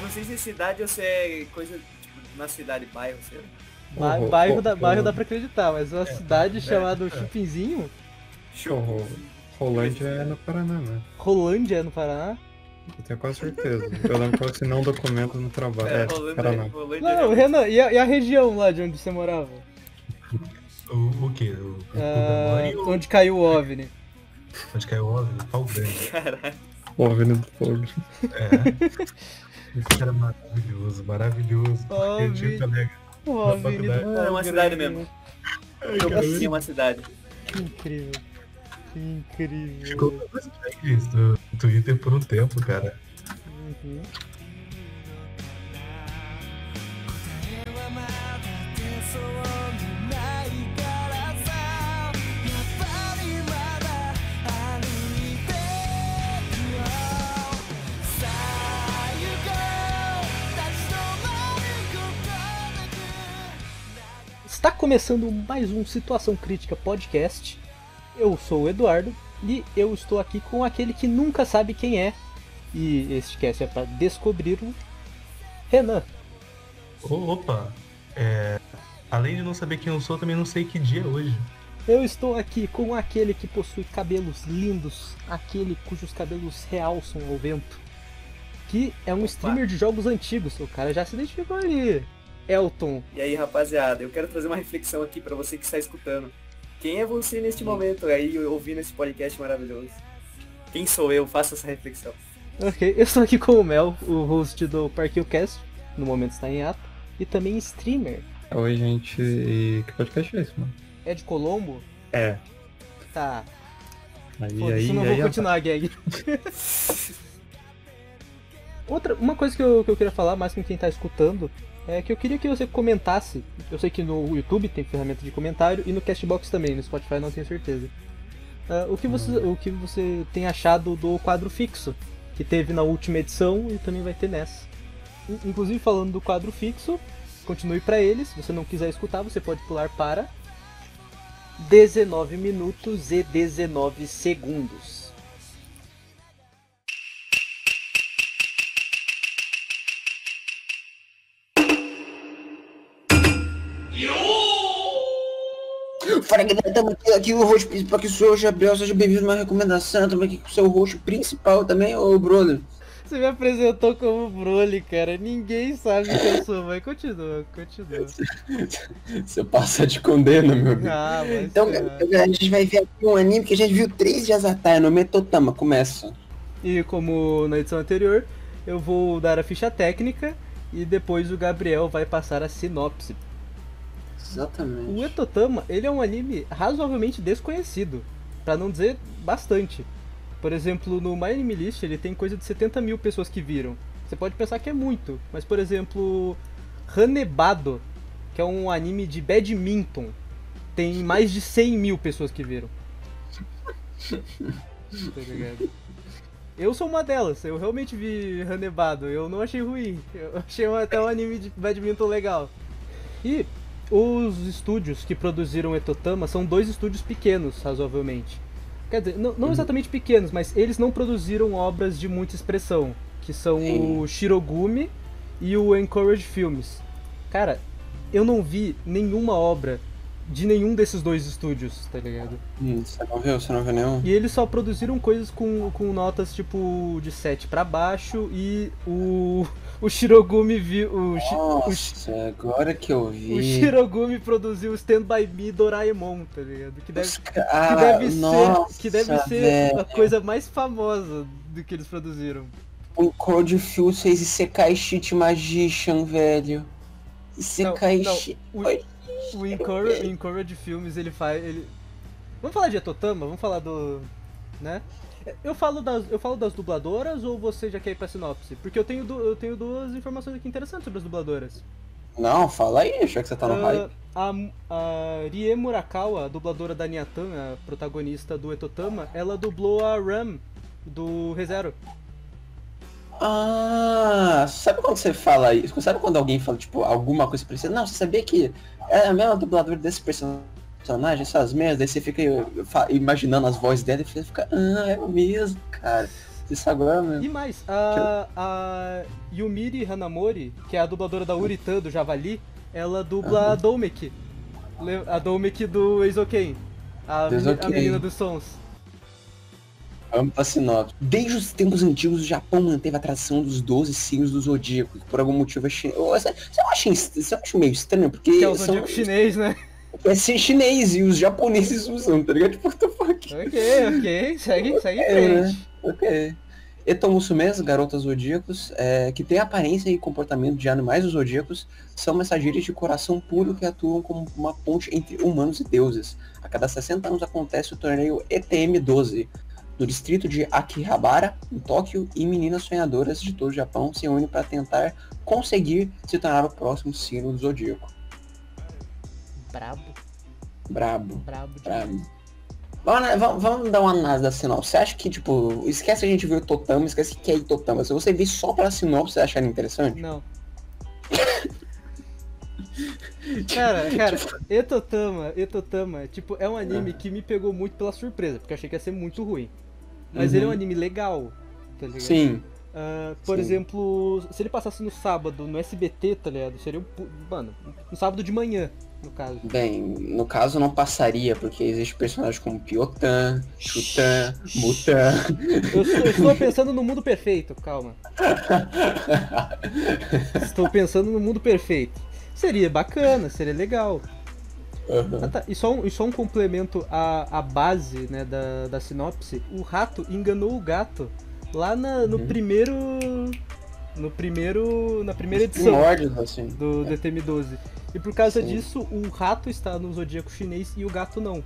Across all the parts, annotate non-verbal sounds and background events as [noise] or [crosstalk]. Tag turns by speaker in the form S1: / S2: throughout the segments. S1: vocês em cidade ou se é coisa tipo, na cidade, bairro, sei lá.
S2: Ba-
S3: Horror,
S2: bairro,
S3: horror,
S2: dá, bairro dá
S3: horror.
S2: pra acreditar, mas uma cidade chamada
S3: é.
S2: Chupinzinho,
S3: Horror. Rolândia é no Paraná, né?
S2: Rolândia no Paraná.
S3: Eu tenho quase certeza. Eu lembro que eu assinei um documento no trabalho.
S1: É,
S3: É,
S1: Rolândia,
S3: Paraná.
S1: Rolândia
S2: Não,
S1: é-
S2: Renan, e a, e a região lá de onde você morava?
S4: O, o quê? O, o
S2: Ah,
S4: Cogumari ou
S2: onde caiu
S1: [laughs]
S2: o OVNI?
S4: onde caiu o óbvio? Pau grande.
S1: Caralho.
S3: O Avenida do Fogo.
S4: É. Isso era maravilhoso, maravilhoso.
S2: Ó,
S4: Eu tinha um
S2: vídeo.
S4: colega.
S2: O OVNI do
S4: faculdade.
S2: Pau
S1: É uma cidade
S2: Grande,
S1: mesmo.
S2: né?
S1: Chupinzinho é uma cidade.
S2: Que incrível. Que
S4: Ficou
S2: incrível.
S4: com isso no Twitter por um tempo, cara.
S2: Uhum.
S5: さあ行こう立ち止まることなく
S2: Está começando mais um Situação Crítica Podcast. Eu sou o Eduardo e eu estou aqui com aquele que nunca sabe quem é. E este cast é para descobri-lo. Renan.
S4: Ô, opa! é, além de não saber quem eu sou, também não sei que dia é hoje.
S2: Eu estou aqui com aquele que possui cabelos lindos, aquele cujos cabelos realçam ao vento, que é um streamer de jogos antigos, o cara já se identificou ali. Elton,
S1: E aí, rapaziada, eu quero trazer uma reflexão aqui pra você que está escutando. Quem é você neste
S2: Hum.
S1: momento aí, ouvindo esse podcast maravilhoso? Quem sou eu? Faça essa reflexão.
S2: ok, [laughs] eu estou aqui com o Mel, o host do Parque Cast, no momento está em ato, e também streamer,
S3: Oi, gente. E que podcast é esse, mano?
S2: é de Colombo,
S3: É.
S2: tá,
S3: Aí,
S2: Foda-se,
S3: aí,
S2: não
S3: aí,
S2: vou continuar a gag. [laughs] Outra, uma coisa que eu, que eu queria falar, mais com quem tá escutando, é que eu queria que você comentasse. Eu sei que no YouTube tem ferramenta de comentário e no Castbox também, no Spotify não tenho certeza. Ah, o, que você,
S3: Hum.
S2: o que você tem achado do quadro fixo, que teve na última edição e também vai ter nessa. In- Inclusive falando do quadro fixo, continue pra ele, se você não quiser escutar, você pode pular para 19 minutos e 19 segundos.
S6: Fala galera, estamos né, aqui, aqui o host principal que sou eu, Gabriel, seja bem-vindo a uma recomendação, estamos aqui com o seu host principal também, o Bruno.
S2: Você me apresentou como Broly, cara. Ninguém sabe quem eu sou, mas continua, continua.
S6: Seu passar te condena, meu amigo.
S2: Ah, mas.
S6: Então, galera, a gente vai ver aqui um anime que a gente viu três dias atrás, no Metotama, começa.
S2: E como na edição anterior, eu vou dar a ficha técnica e depois o Gabriel vai passar a sinopse. O
S6: Exatamente.
S2: Etotama, ele é um anime razoavelmente desconhecido, pra não dizer bastante. Por exemplo, no My Anime List ele tem coisa de 70 mil pessoas que viram. Você pode pensar que é muito, mas por exemplo, Hanebado, que é um anime de badminton, tem mais de 100 mil pessoas que viram. Tá ligado? Eu sou uma delas, eu realmente vi Hanebado, eu não achei ruim, eu achei até um anime de badminton legal. E os estúdios que produziram Etotama são dois estúdios pequenos, razoavelmente. Quer dizer, não, não exatamente pequenos, mas eles não produziram obras de muita expressão, que são
S6: Sim.
S2: o Shirogumi e o Encourage Films. Cara, eu não vi nenhuma obra de nenhum desses dois estúdios, tá ligado?
S6: Hum, você não viu? Você não viu nenhum?
S2: E eles só produziram coisas com, com notas tipo de 7 pra baixo e o, [laughs] o Shirogumi viu. O, Shi-
S6: Nossa, agora que eu
S2: o
S6: vi...
S2: Shirogumi produziu Stand By Me Doraemon, tá ligado? Que deve,
S6: Os ca-
S2: que
S6: Ah,
S2: deve
S6: nossa,
S2: ser, que deve ser
S6: velho.
S2: a coisa mais famosa do que eles produziram.
S6: O Um Code Fuel fez Isekai Shit Magician, velho. Isekai
S2: não.
S6: Shit...
S2: O,
S6: Oi.
S2: o Encourage, o Encourage Filmes, ele faz. Ele... Vamos falar de Etotama? Vamos falar do. né? Eu falo, das, eu falo das dubladoras ou você já quer ir pra sinopse? Porque eu tenho, du- eu tenho duas informações aqui interessantes sobre as dubladoras.
S6: Não, fala aí, já que você tá no
S2: Ah,
S6: hype.
S2: a, a Rie Murakawa, a dubladora da Niatan, a protagonista do Etotama, ela dublou a Ram do ReZero.
S6: Ah, sabe quando você fala isso? Sabe quando alguém fala, tipo, alguma coisa pra você? Não, você sabia que é a mesma dubladora desse person- personagem, essas merdas, aí você fica eh, fa- imaginando as vozes dela e você fica, ah, é o mesmo, cara. Isso agora mesmo.
S2: E mais, a, a Yumiri Hanamori, que é a dubladora da Uritan do Javali, ela dubla a Doumek. Le- A Doumek do Eizoken. A, meni-
S6: Do
S2: a
S6: Eizouken.
S2: menina dos sons.
S6: Amo a sinopse. Desde os tempos antigos, o Japão manteve a tradição dos 12 signos do zodíaco, que por algum motivo é chinês. Você não acha, est- você não acha meio estranho? Porque
S2: Que é o
S6: são-
S2: zodíaco chinês,
S6: [laughs]
S2: né?
S6: é ser chinês e os japoneses usam, tá ligado? Tipo, what the fuck?
S2: Ok, ok, segue, segue em
S6: É, né?
S2: frente.
S6: Ok. Etomusumes, garotas zodíacos, é, que têm a aparência e comportamento de animais dos zodíacos, são mensageiras de coração puro que atuam como uma ponte entre humanos e deuses. A cada 60 anos acontece o torneio ETM-12, no distrito de Akihabara, em Tóquio, e meninas sonhadoras de todo o Japão se unem para tentar conseguir se tornar o próximo signo do zodíaco.
S2: Brabo,
S6: Brabo.
S2: brabo.
S6: Pra mim. Vamos, né, vamos, vamos dar uma análise da sinopse. Você acha que, tipo, esquece a gente ver o Totama, esquece o que é Totama. Se você vir só pela sinopse, você achar interessante?
S2: Não.
S6: [laughs]
S2: Cara, cara,
S6: Tipo
S2: Etotama, Etotama, tipo, é um
S6: Ah.
S2: anime que me pegou muito pela surpresa, porque eu achei que ia ser muito ruim. Mas ele é um
S6: Uhum.
S2: anime legal, tá ligado?
S6: Sim.
S2: Ah, por
S6: Sim.
S2: exemplo, se ele passasse no sábado, no SBT, tá ligado? Seria um. pu- Mano, no sábado de manhã, no caso.
S6: Bem, no caso não passaria, porque existe personagens como Piotan, Chutan, Mutan.
S2: Eu estou, eu estou pensando no mundo perfeito, calma. Estou pensando no mundo perfeito. Seria bacana, seria legal. Ah, tá. E, só um, e só um complemento à, à base né, da, da sinopse. O rato enganou o gato lá na- no
S6: Uhum.
S2: primeiro. No primeiro. Na primeira edição
S6: Primórdios, assim.
S2: do DTM12. E por causa
S6: Sim.
S2: disso, o rato está no zodíaco chinês e o gato não.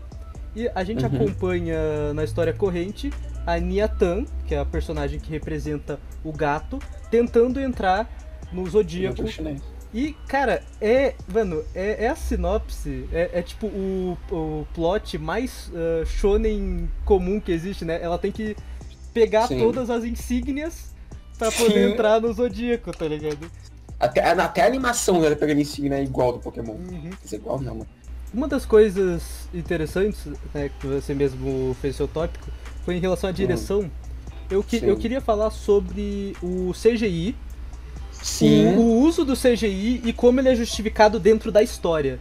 S2: E a gente
S6: Uhum.
S2: acompanha na história corrente a Nia Tan, que é a personagem que representa o gato, tentando entrar no zodíaco
S6: Primórdios chineses.
S2: e, cara, é. Mano, é, é a sinopse. É, é tipo o, o plot mais ah, shonen comum que existe, né? Ela tem que pegar
S6: Sim.
S2: todas as insígnias pra poder
S6: Sim.
S2: entrar no zodíaco, tá ligado?
S6: Até, até a animação dela pegando em signo é igual do Pokémon.
S2: Uhum.
S6: Quer dizer, igual não, né? mano.
S2: Uma das coisas interessantes, né, que você mesmo fez seu tópico, foi em relação à direção. Eu, que,
S6: Hum. Sim.
S2: eu queria falar sobre o CGI, o,
S6: Sim.
S2: o uso do CGI e como ele é justificado dentro da história.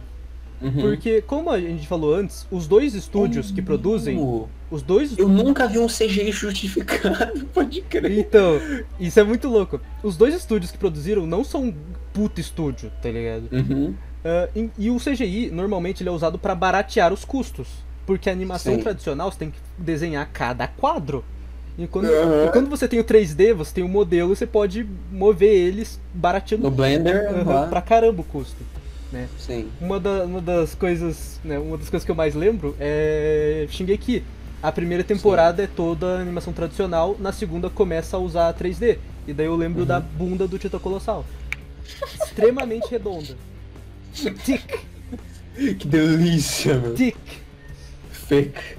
S6: Uhum.
S2: Porque, como a gente falou antes, os dois estúdios que
S6: Hum.
S2: produzem, os dois.
S6: Uhum. Eu nunca vi um CGI justificado, [laughs] pode crer.
S2: Então, isso é muito louco. Os dois estúdios que produziram não são um puto estúdio, tá ligado?
S6: Uhum.
S2: Ah, e- e o CGI, normalmente, ele é usado pra baratear os custos. Porque a animação
S6: Sim.
S2: tradicional, você tem que desenhar cada quadro. E quando,
S6: Aham.
S2: e quando você tem o 3D, você tem o modelo, você pode mover eles barateando
S6: No Blender,
S2: aham,
S6: lá.
S2: Uhum. pra caramba o custo.
S6: Sim.
S2: Uma, da- uma das coisas, né, uma das coisas que eu mais lembro é Shingeki. A primeira temporada é toda animação tradicional, na segunda começa a usar 3D. E daí eu lembro
S6: Uhum.
S2: da bunda do Tito Colossal. Extremamente
S6: [laughs]
S2: redonda. Tic,
S6: Que delícia, meu.
S2: tic.
S6: Fake.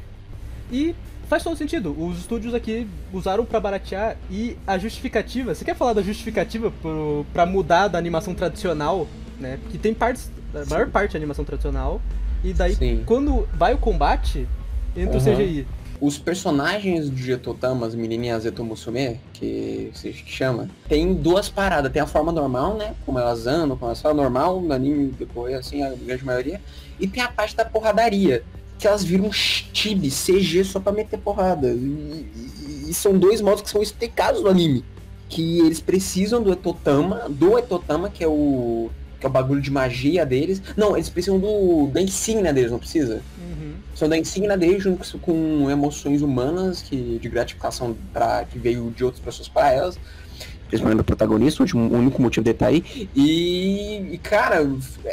S2: E faz todo sentido. Os estúdios aqui usaram pra baratear e a justificativa. Você quer falar da justificativa pro, pra mudar da animação tradicional, né? Porque tem partes, a maior parte é animação tradicional. E daí
S6: Sim.
S2: quando vai o combate, entra o
S6: Aham.
S2: CGI.
S6: Os personagens de Getotama, as menininhas Etomusume, que se chama, tem duas paradas. Tem a forma normal, né? Como elas andam, como elas falam, normal, no anime, depois, assim, a grande maioria. E tem a parte da porradaria, que elas viram um chibi, CG, só pra meter porrada. E, e- e são dois modos que são explicados no anime. Que eles precisam do Etotama, do Etotama, que é o... Que é o bagulho de magia deles. Não, eles precisam do, da insígnia deles, não precisa? São da insígnia dele junto com emoções humanas que, de gratificação pra, que veio de outras pessoas pra elas. Principalmente do protagonista, o último- o único motivo dele tá aí. E, e, cara,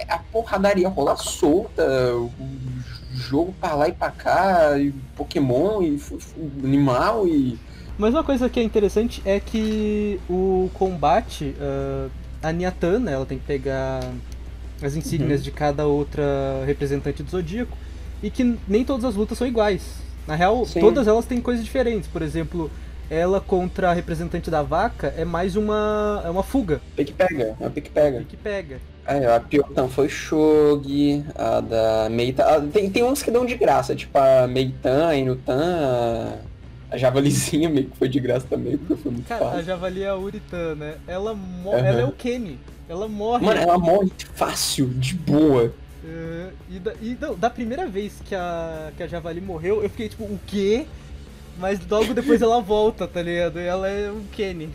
S6: a porradaria rolar solta, o jogo pra lá e pra cá, e Pokémon, e fu- fu- animal, e.
S2: Mas uma coisa que é interessante é que o combate, ah, a Niatan, né, ela tem que pegar as
S6: Uhum.
S2: insígnias de cada outra representante do Zodíaco, e que nem todas as lutas são iguais. Na real,
S6: Sim.
S2: todas elas têm coisas diferentes. Por exemplo, ela contra a representante da vaca é mais uma, é uma fuga
S6: Pique-pega, é pique-pega.
S2: que pega.
S6: Aí, ó, É, a Piotão foi Shogi, a da Meitan. ah, Tem, tem uns que dão de graça, tipo a Meitan, a Inutan, a A javalizinha meio que foi de graça também, porque foi muito
S2: Cara, a
S6: fácil.
S2: Javali é a Uritan, né? Ela, mo-
S6: Aham.
S2: ela é o Kenny. Ela morre.
S6: Uhum. Mano, ela morre fácil, de boa.
S2: É, e da, e não, da primeira vez que a, que a Javali morreu, eu fiquei tipo, o quê? Mas logo depois ela volta, tá ligado? E ela é o Kenny.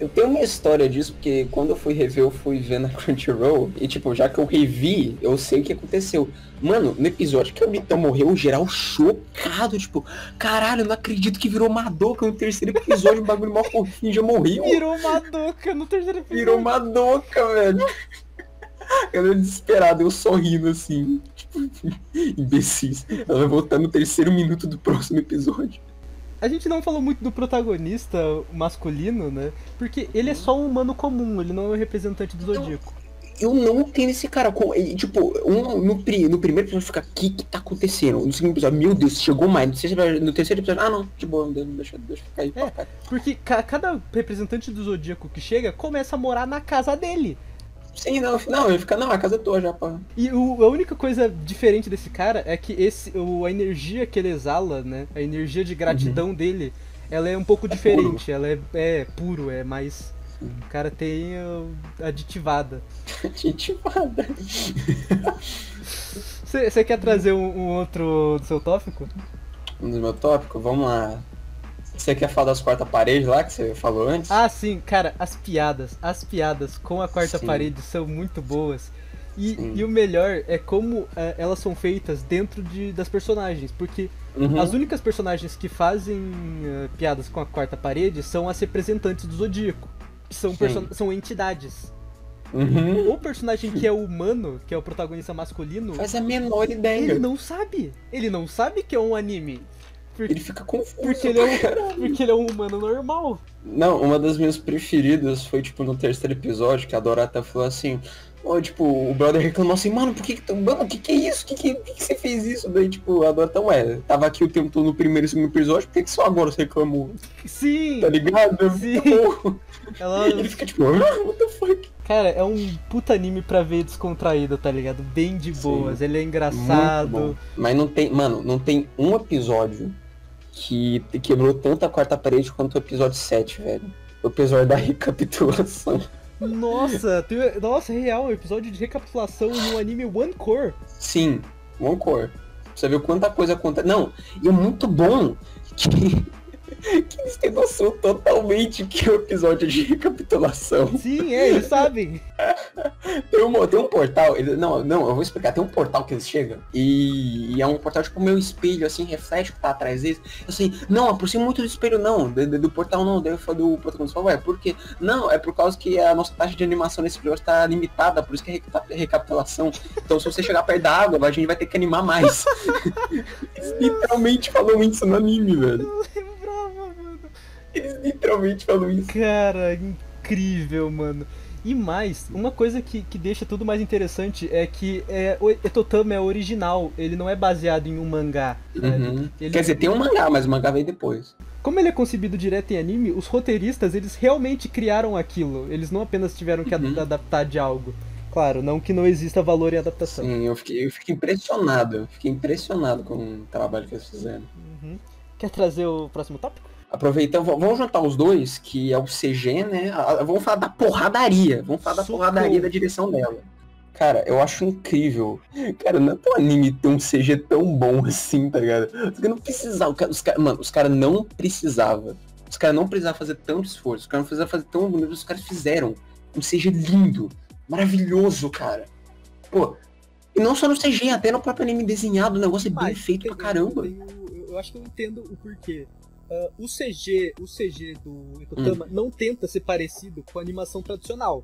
S6: Eu tenho uma história disso, porque quando eu fui rever, eu fui ver na [laughs] Crunchyroll, e tipo, já que eu revi, eu sei o que aconteceu. Mano, no episódio que o Mitão morreu, geral chocado, tipo, caralho, eu não acredito que virou Madoka no terceiro episódio, um bagulho mal fofinho,
S2: [laughs]
S6: já morreu.
S2: Virou Madoka no terceiro episódio.
S6: Virou Madoka, velho. Eu era desesperado, eu sorrindo assim. Tipo, imbecis. Ela vai voltar no terceiro minuto do próximo episódio.
S2: A gente não falou muito do protagonista masculino, né? Porque ele é só um humano comum, ele não é o representante do Zodíaco.
S6: Eu não entendo esse cara. Com, e, tipo, um, no, pri- no primeiro episódio fica, o que que tá acontecendo? No segundo episódio, meu Deus, chegou mais. No terceiro episódio, no terceiro episódio, ah não, de boa, deixa, deixa eu ficar aí.
S2: É.
S6: papai."
S2: Porque ca- cada representante do Zodíaco que chega começa a morar na casa dele.
S6: Sim, não, não, ele fica, não, a casa é tua já, pá.
S2: E o- a única coisa diferente desse cara é que esse, o, a energia que ele exala, né? A energia de gratidão
S6: Uhum.
S2: dele, ela é um pouco diferente. Ela é, é puro, é mais. O cara tem uh, aditivada.
S6: [laughs] Gente, mano.
S2: Você quer trazer um, um outro do seu tópico?
S6: Um dos meus tópicos, vamos lá. Você quer falar das quarta paredes lá que você falou antes?
S2: Ah, sim, cara, as piadas. As piadas com a quarta
S6: Sim.
S2: parede são muito boas. E,
S6: Sim.
S2: e o melhor é como eh, elas são feitas dentro de, das personagens. Porque
S6: Uhum.
S2: As únicas personagens que fazem eh, piadas com a quarta parede são as representantes do Zodíaco. Que são,
S6: Sim.
S2: perso- são entidades.
S6: Uhum.
S2: O personagem que é humano, que é o protagonista masculino,
S6: Faz a é menor ideia.
S2: ele
S6: Ele,
S2: não sabe. Ele não sabe que é um anime. Porque,
S6: fica confuso.
S2: porque ele, é um, porque ele é um humano normal.
S6: Não, uma das minhas preferidas foi, tipo, no terceiro episódio, que a Dorata falou assim. ó, tipo, o brother reclamou assim, mano, por que que tu... Mano, que que é isso? Que que, que que você fez isso? Daí, tipo, a Dorata, ué, tava aqui o tempo todo no primeiro e segundo episódio, por que que só agora você reclamou?
S2: Sim!
S6: Tá ligado?
S2: Sim.
S6: Pô,
S2: Ela,
S6: Ele fica tipo, ah, what the fuck?
S2: cara, é um puta anime pra ver descontraído, tá ligado? Bem de
S6: Sim.
S2: boas. Ele é
S6: Muito
S2: engraçado.
S6: bom. Mas não tem, mano, não tem um episódio que te- quebrou tanto a quarta parede quanto o episódio 7, velho. O episódio da [laughs] recapitulação.
S2: Nossa, tem- nossa, real, episódio de recapitulação no anime One Core.
S6: Sim, one core. Você viu quanta coisa acontece. Não, e é muito bom que, [laughs] que eles têm noção totalmente que o episódio é de recapitulação.
S2: Sim, é, eles sabem.
S6: Tem um, tem um portal, ele- não, não, eu vou explicar, tem um portal que eles chegam e, e é um portal tipo meu espelho, assim, reflete o que tá atrás deles. Eu assim, não, aproxima muito do espelho não, do, do- do portal não, daí eu falei o protagonista falou, ué, por quê? Não, é por causa que a nossa taxa de animação nesse episódio tá limitada, por isso que é recap- recapitulação. Então se você chegar perto da água, a gente vai ter que animar mais. Eles literalmente falam isso no anime, velho.
S2: Lembrava, mano.
S6: Eles literalmente falam isso.
S2: Cara, incrível, mano. E mais, uma coisa que, que deixa tudo mais interessante é que é, o Etotama é original, ele não é baseado em um mangá. né?
S6: Uhum.
S2: Ele-
S6: Quer dizer, tem um mangá, mas o mangá veio depois.
S2: Como ele é concebido direto em anime, os roteiristas eles realmente criaram aquilo. Eles não apenas tiveram que ad-
S6: Uhum.
S2: adaptar de algo. Claro, não que não exista valor em adaptação.
S6: Sim, eu fiquei, eu fiquei impressionado. Eu fiquei impressionado com o trabalho que eles fizeram.
S2: Uhum. Quer trazer o próximo tópico?
S6: Aproveitando, v- vamos juntar os dois, que é o CG, né? A- a- Vamos falar da porradaria. Vamos falar da
S2: Socorro.
S6: porradaria da direção dela. Cara, eu acho incrível. Cara, não é tão anime ter um CG tão bom assim, tá ligado? Porque não precisava. o ca- Os cara, mano, os caras não precisava. Os caras não precisavam fazer tanto esforço. Os caras não precisavam fazer tão bonito. Os caras fizeram um CG lindo. Maravilhoso, cara. Pô, e não só no CG, até no próprio anime desenhado. O negócio é bem
S2: Mas,
S6: feito pra
S2: eu-
S6: caramba.
S2: Eu, tenho- eu acho que eu entendo o porquê. Ah, o CG, o CG do
S6: Hum.
S2: Ekotama não tenta ser parecido com a animação tradicional.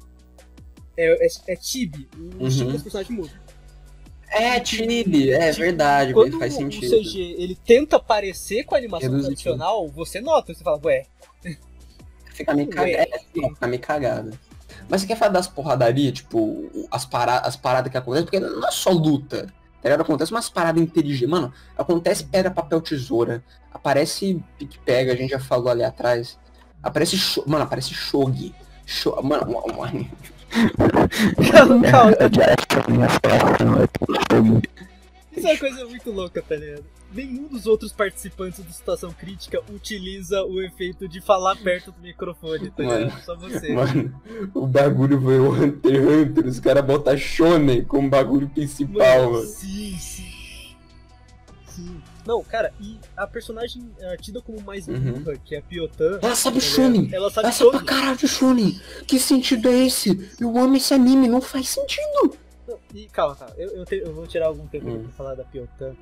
S2: É, é, é chibi, o
S6: Uhum.
S2: estilo dos personagens muda.
S6: É, Tibi, é
S2: Tipo,
S6: verdade,
S2: Quando
S6: faz
S2: o-
S6: sentido.
S2: o CG ele tenta parecer com a animação
S6: Reduz o
S2: tradicional, você nota, você fala,
S6: [laughs]
S2: ué,
S6: Fica meio
S2: Ué.
S6: cagada. É, não, fica meio cagada. Mas você quer falar das porradarias, tipo, o- as, para... as paradas que acontecem? Porque não é só luta. Tá ligado? Acontece umas paradas inteligentes. Mano, acontece pedra, papel, tesoura. Aparece pique-pega, a gente já falou ali atrás. Aparece. sho- Mano, aparece shogi. Sho- Mano, mano, mano.
S2: calma, calma.
S6: já acho que a minha fala não é tão shogi.
S2: Isso é uma coisa muito louca, tá ligado? Nenhum dos outros participantes do Situação Crítica utiliza o efeito de falar perto do microfone, tá ligado? Só você.
S6: Mano, o bagulho foi o Hunter x Hunter, os caras botam Shonen como bagulho principal, mano.
S2: sim, sim. Sim. Não, cara, e a personagem eh, tida como mais
S6: Uhum.
S2: burra, que é a Piotan,
S6: Ela sabe
S2: tá ligado?
S6: Shonen!
S2: ela sabe
S6: Ela sabe
S2: todo.
S6: pra caralho Shonen! Que sentido é esse? Eu amo esse anime, não faz sentido!
S2: Não, E calma, calma. Eu, eu, te- eu vou tirar algum tempo aqui
S6: Hum.
S2: pra falar da Piotan.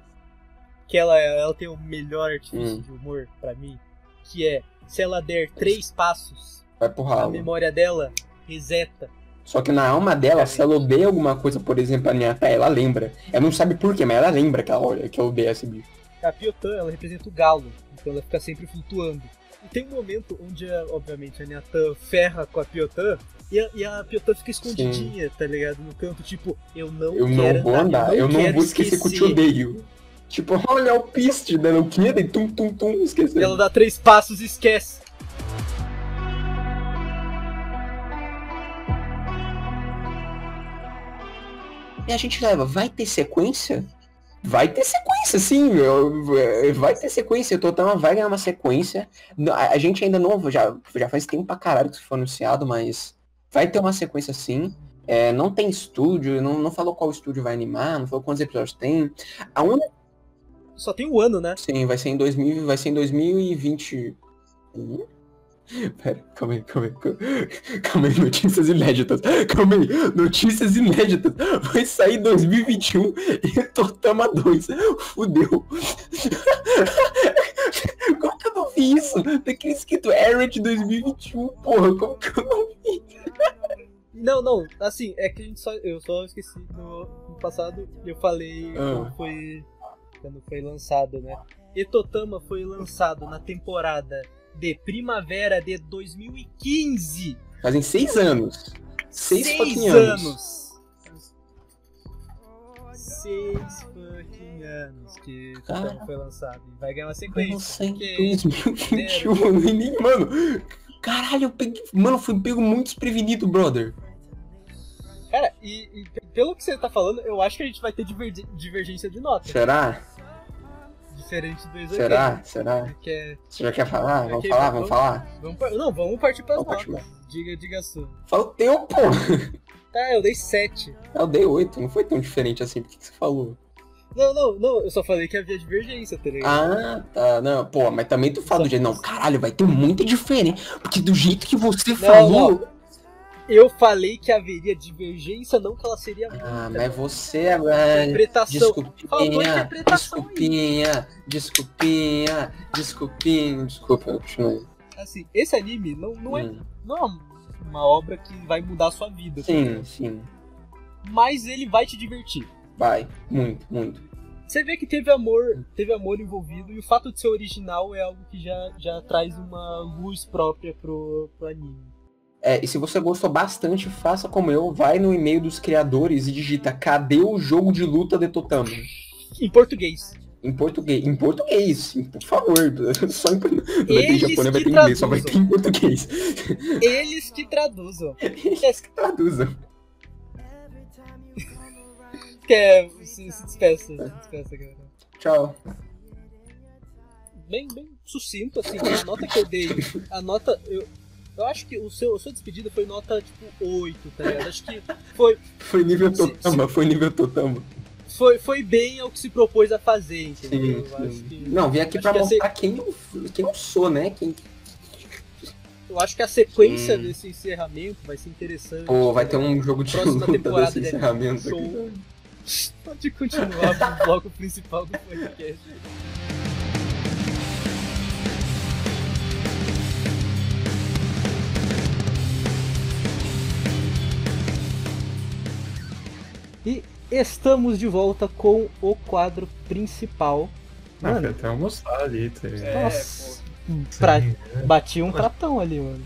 S2: Que ela, é, ela tem o melhor artifício
S6: Hum.
S2: de humor pra mim. Que é, se ela der três passos,
S6: Vai pro
S2: a
S6: ralo.
S2: memória dela reseta.
S6: Só que na alma dela, se ela odeia alguma coisa, por exemplo, a Niata, ela lembra. Ela não sabe por quê, mas ela lembra que ela, olha, que ela odeia esse bicho.
S2: A Piotan, ela representa o galo. Então ela fica sempre flutuando. E tem um momento onde, a- obviamente, a Nyatan ferra com a Piotan. E a, e a Piotan fica escondidinha, tá ligado? No canto, tipo, eu não
S6: Eu
S2: quero
S6: não vou andar, eu não
S2: quero
S6: vou esquecer que eu te odeio. Tipo, [laughs] olha o piste dando o quê? Daí tum, tum, tum, esqueceu.
S2: Ela dá três passos e esquece.
S6: E a gente leva, vai ter sequência? Vai ter sequência, sim, meu. É, vai ter sequência. Totama vai ganhar uma sequência. N- A a gente ainda não, já, já faz tempo pra caralho que isso foi anunciado, mas vai ter uma sequência sim. É, não tem estúdio, não, não falou qual estúdio vai animar, não falou quantos episódios tem. A única,
S2: Só tem um ano, né?
S6: sim, vai ser em 2000, vai ser em 2020. Hum? Pera, calma aí, calma aí, calma aí. Calma aí, notícias inéditas. Calma aí, notícias inéditas. Vai sair 2021 e Totama 2. Fudeu. Como que eu não vi isso? Tá aqui escrito Eric 2021, porra. Como que eu não vi?
S2: Não, não, assim, é que a gente só. Eu só esqueci no, no passado, eu falei
S6: Ah.
S2: quando foi. Quando foi lançado, né? Etotama foi lançado na temporada de primavera de 2015.
S6: Fazem seis anos. Seis, fucking anos.
S2: anos. Seis fucking anos que Etotama foi lançado. E vai ganhar uma
S6: Nossa,
S2: sequência.
S6: em
S2: porque-
S6: 2021, nem, mano. Caralho, eu peguei, mano, eu fui pego muito desprevenido, brother.
S2: Cara, e, e pelo que você tá falando, eu acho que a gente vai ter diverge- divergência de nota.
S6: Será?
S2: Diferente do Exoquê.
S6: Será? Será?
S2: Que é-
S6: Você já quer falar? Vamos
S2: Ok,
S6: falar?
S2: vamos-
S6: Vamos falar?
S2: Vamos par- Não, vamos partir para
S6: Vamos
S2: notas.
S6: partir
S2: Diga, diga a sua.
S6: Fala o teu, pô.
S2: Tá, eu dei 7.
S6: Eu dei oito, não foi tão diferente assim. Por que, que você falou?
S2: Não, não, não, eu só falei que havia divergência, tá ligado?
S6: Ah, tá. Não, pô, mas também tu fala do jeito. Não, caralho, vai ter muita diferença. Porque do jeito que você falou.
S2: Eu falei que haveria divergência, não que ela seria
S6: Ah,
S2: muita
S6: mas você. é.
S2: interpretação. Faltou
S6: Desculpinha,
S2: interpretação
S6: desculpinha, desculpinha, desculpinha, desculpa, eu continuei.
S2: Assim, esse anime não, não, é,
S6: Hum.
S2: não é uma obra que vai mudar a sua vida, tá
S6: Sim,
S2: ligado?
S6: sim.
S2: mas ele vai te divertir.
S6: Vai, muito, muito.
S2: Você vê que teve amor, teve amor envolvido, e o fato de ser original é algo que já, já traz uma luz própria pro, pro anime.
S6: É, e se você gostou bastante, faça como eu, vai no e-mail dos criadores e digita cadê o jogo de luta de Totama?
S2: Em português.
S6: Em português, em português, em- por favor. [laughs] Só em português. Não vai ter em
S2: Eles
S6: japonês,
S2: que
S6: vai ter em inglês, só vai ter
S2: traduzam.
S6: em português.
S2: Eles que traduzam.
S6: Eles que traduzam.
S2: Quer é, se, se despeça, se despeça, galera.
S6: Tchau.
S2: Bem, bem sucinto, assim, a nota que eu dei, a nota, eu, eu acho que o seu, a sua despedida foi nota, tipo, 8, tá ligado? Acho que foi,
S6: Foi nível
S2: Sim,
S6: Totama, foi nível Totama.
S2: foi, foi bem ao que se propôs a fazer, entendeu?
S6: Sim,
S2: Eu acho
S6: sim.
S2: que,
S6: Não, vim aqui
S2: acho
S6: pra
S2: que ia ser-
S6: mostrar quem, eu, quem eu sou, né? Quem,
S2: eu acho que a sequência
S6: Sim.
S2: desse encerramento vai ser interessante.
S6: Hum. Pô, vai ter um jogo de
S2: Próxima
S6: luta
S2: temporada né?
S6: desse
S2: de
S6: encerramento
S2: Show.
S6: aqui.
S2: Pode continuar pro
S6: [laughs]
S2: bloco principal do podcast. E estamos de volta com o quadro principal.
S3: Ah,
S2: Mano.
S3: foi até almoçar ali, tá ligado?
S1: É,
S2: Nossa.
S4: Isso
S2: Pra...
S4: aí,
S2: Bati um pratão ali, mano.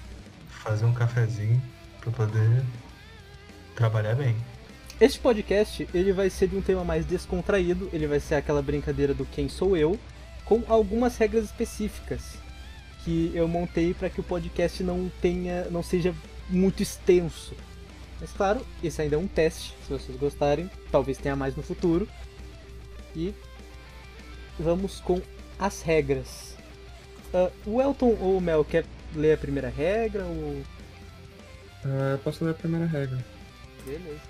S4: Fazer um cafezinho pra poder trabalhar bem.
S2: Este podcast ele vai ser de um tema mais descontraído, ele vai ser aquela brincadeira do quem sou eu, com algumas regras específicas que eu montei para que o podcast não tenha, não seja muito extenso. Mas claro, esse ainda é um teste. Se vocês gostarem, talvez tenha mais no futuro. E vamos com as regras. Ah, o Elton ou o Mel quer ler a primeira regra? Ou...
S3: Ah, eu posso ler a primeira regra.
S2: Beleza.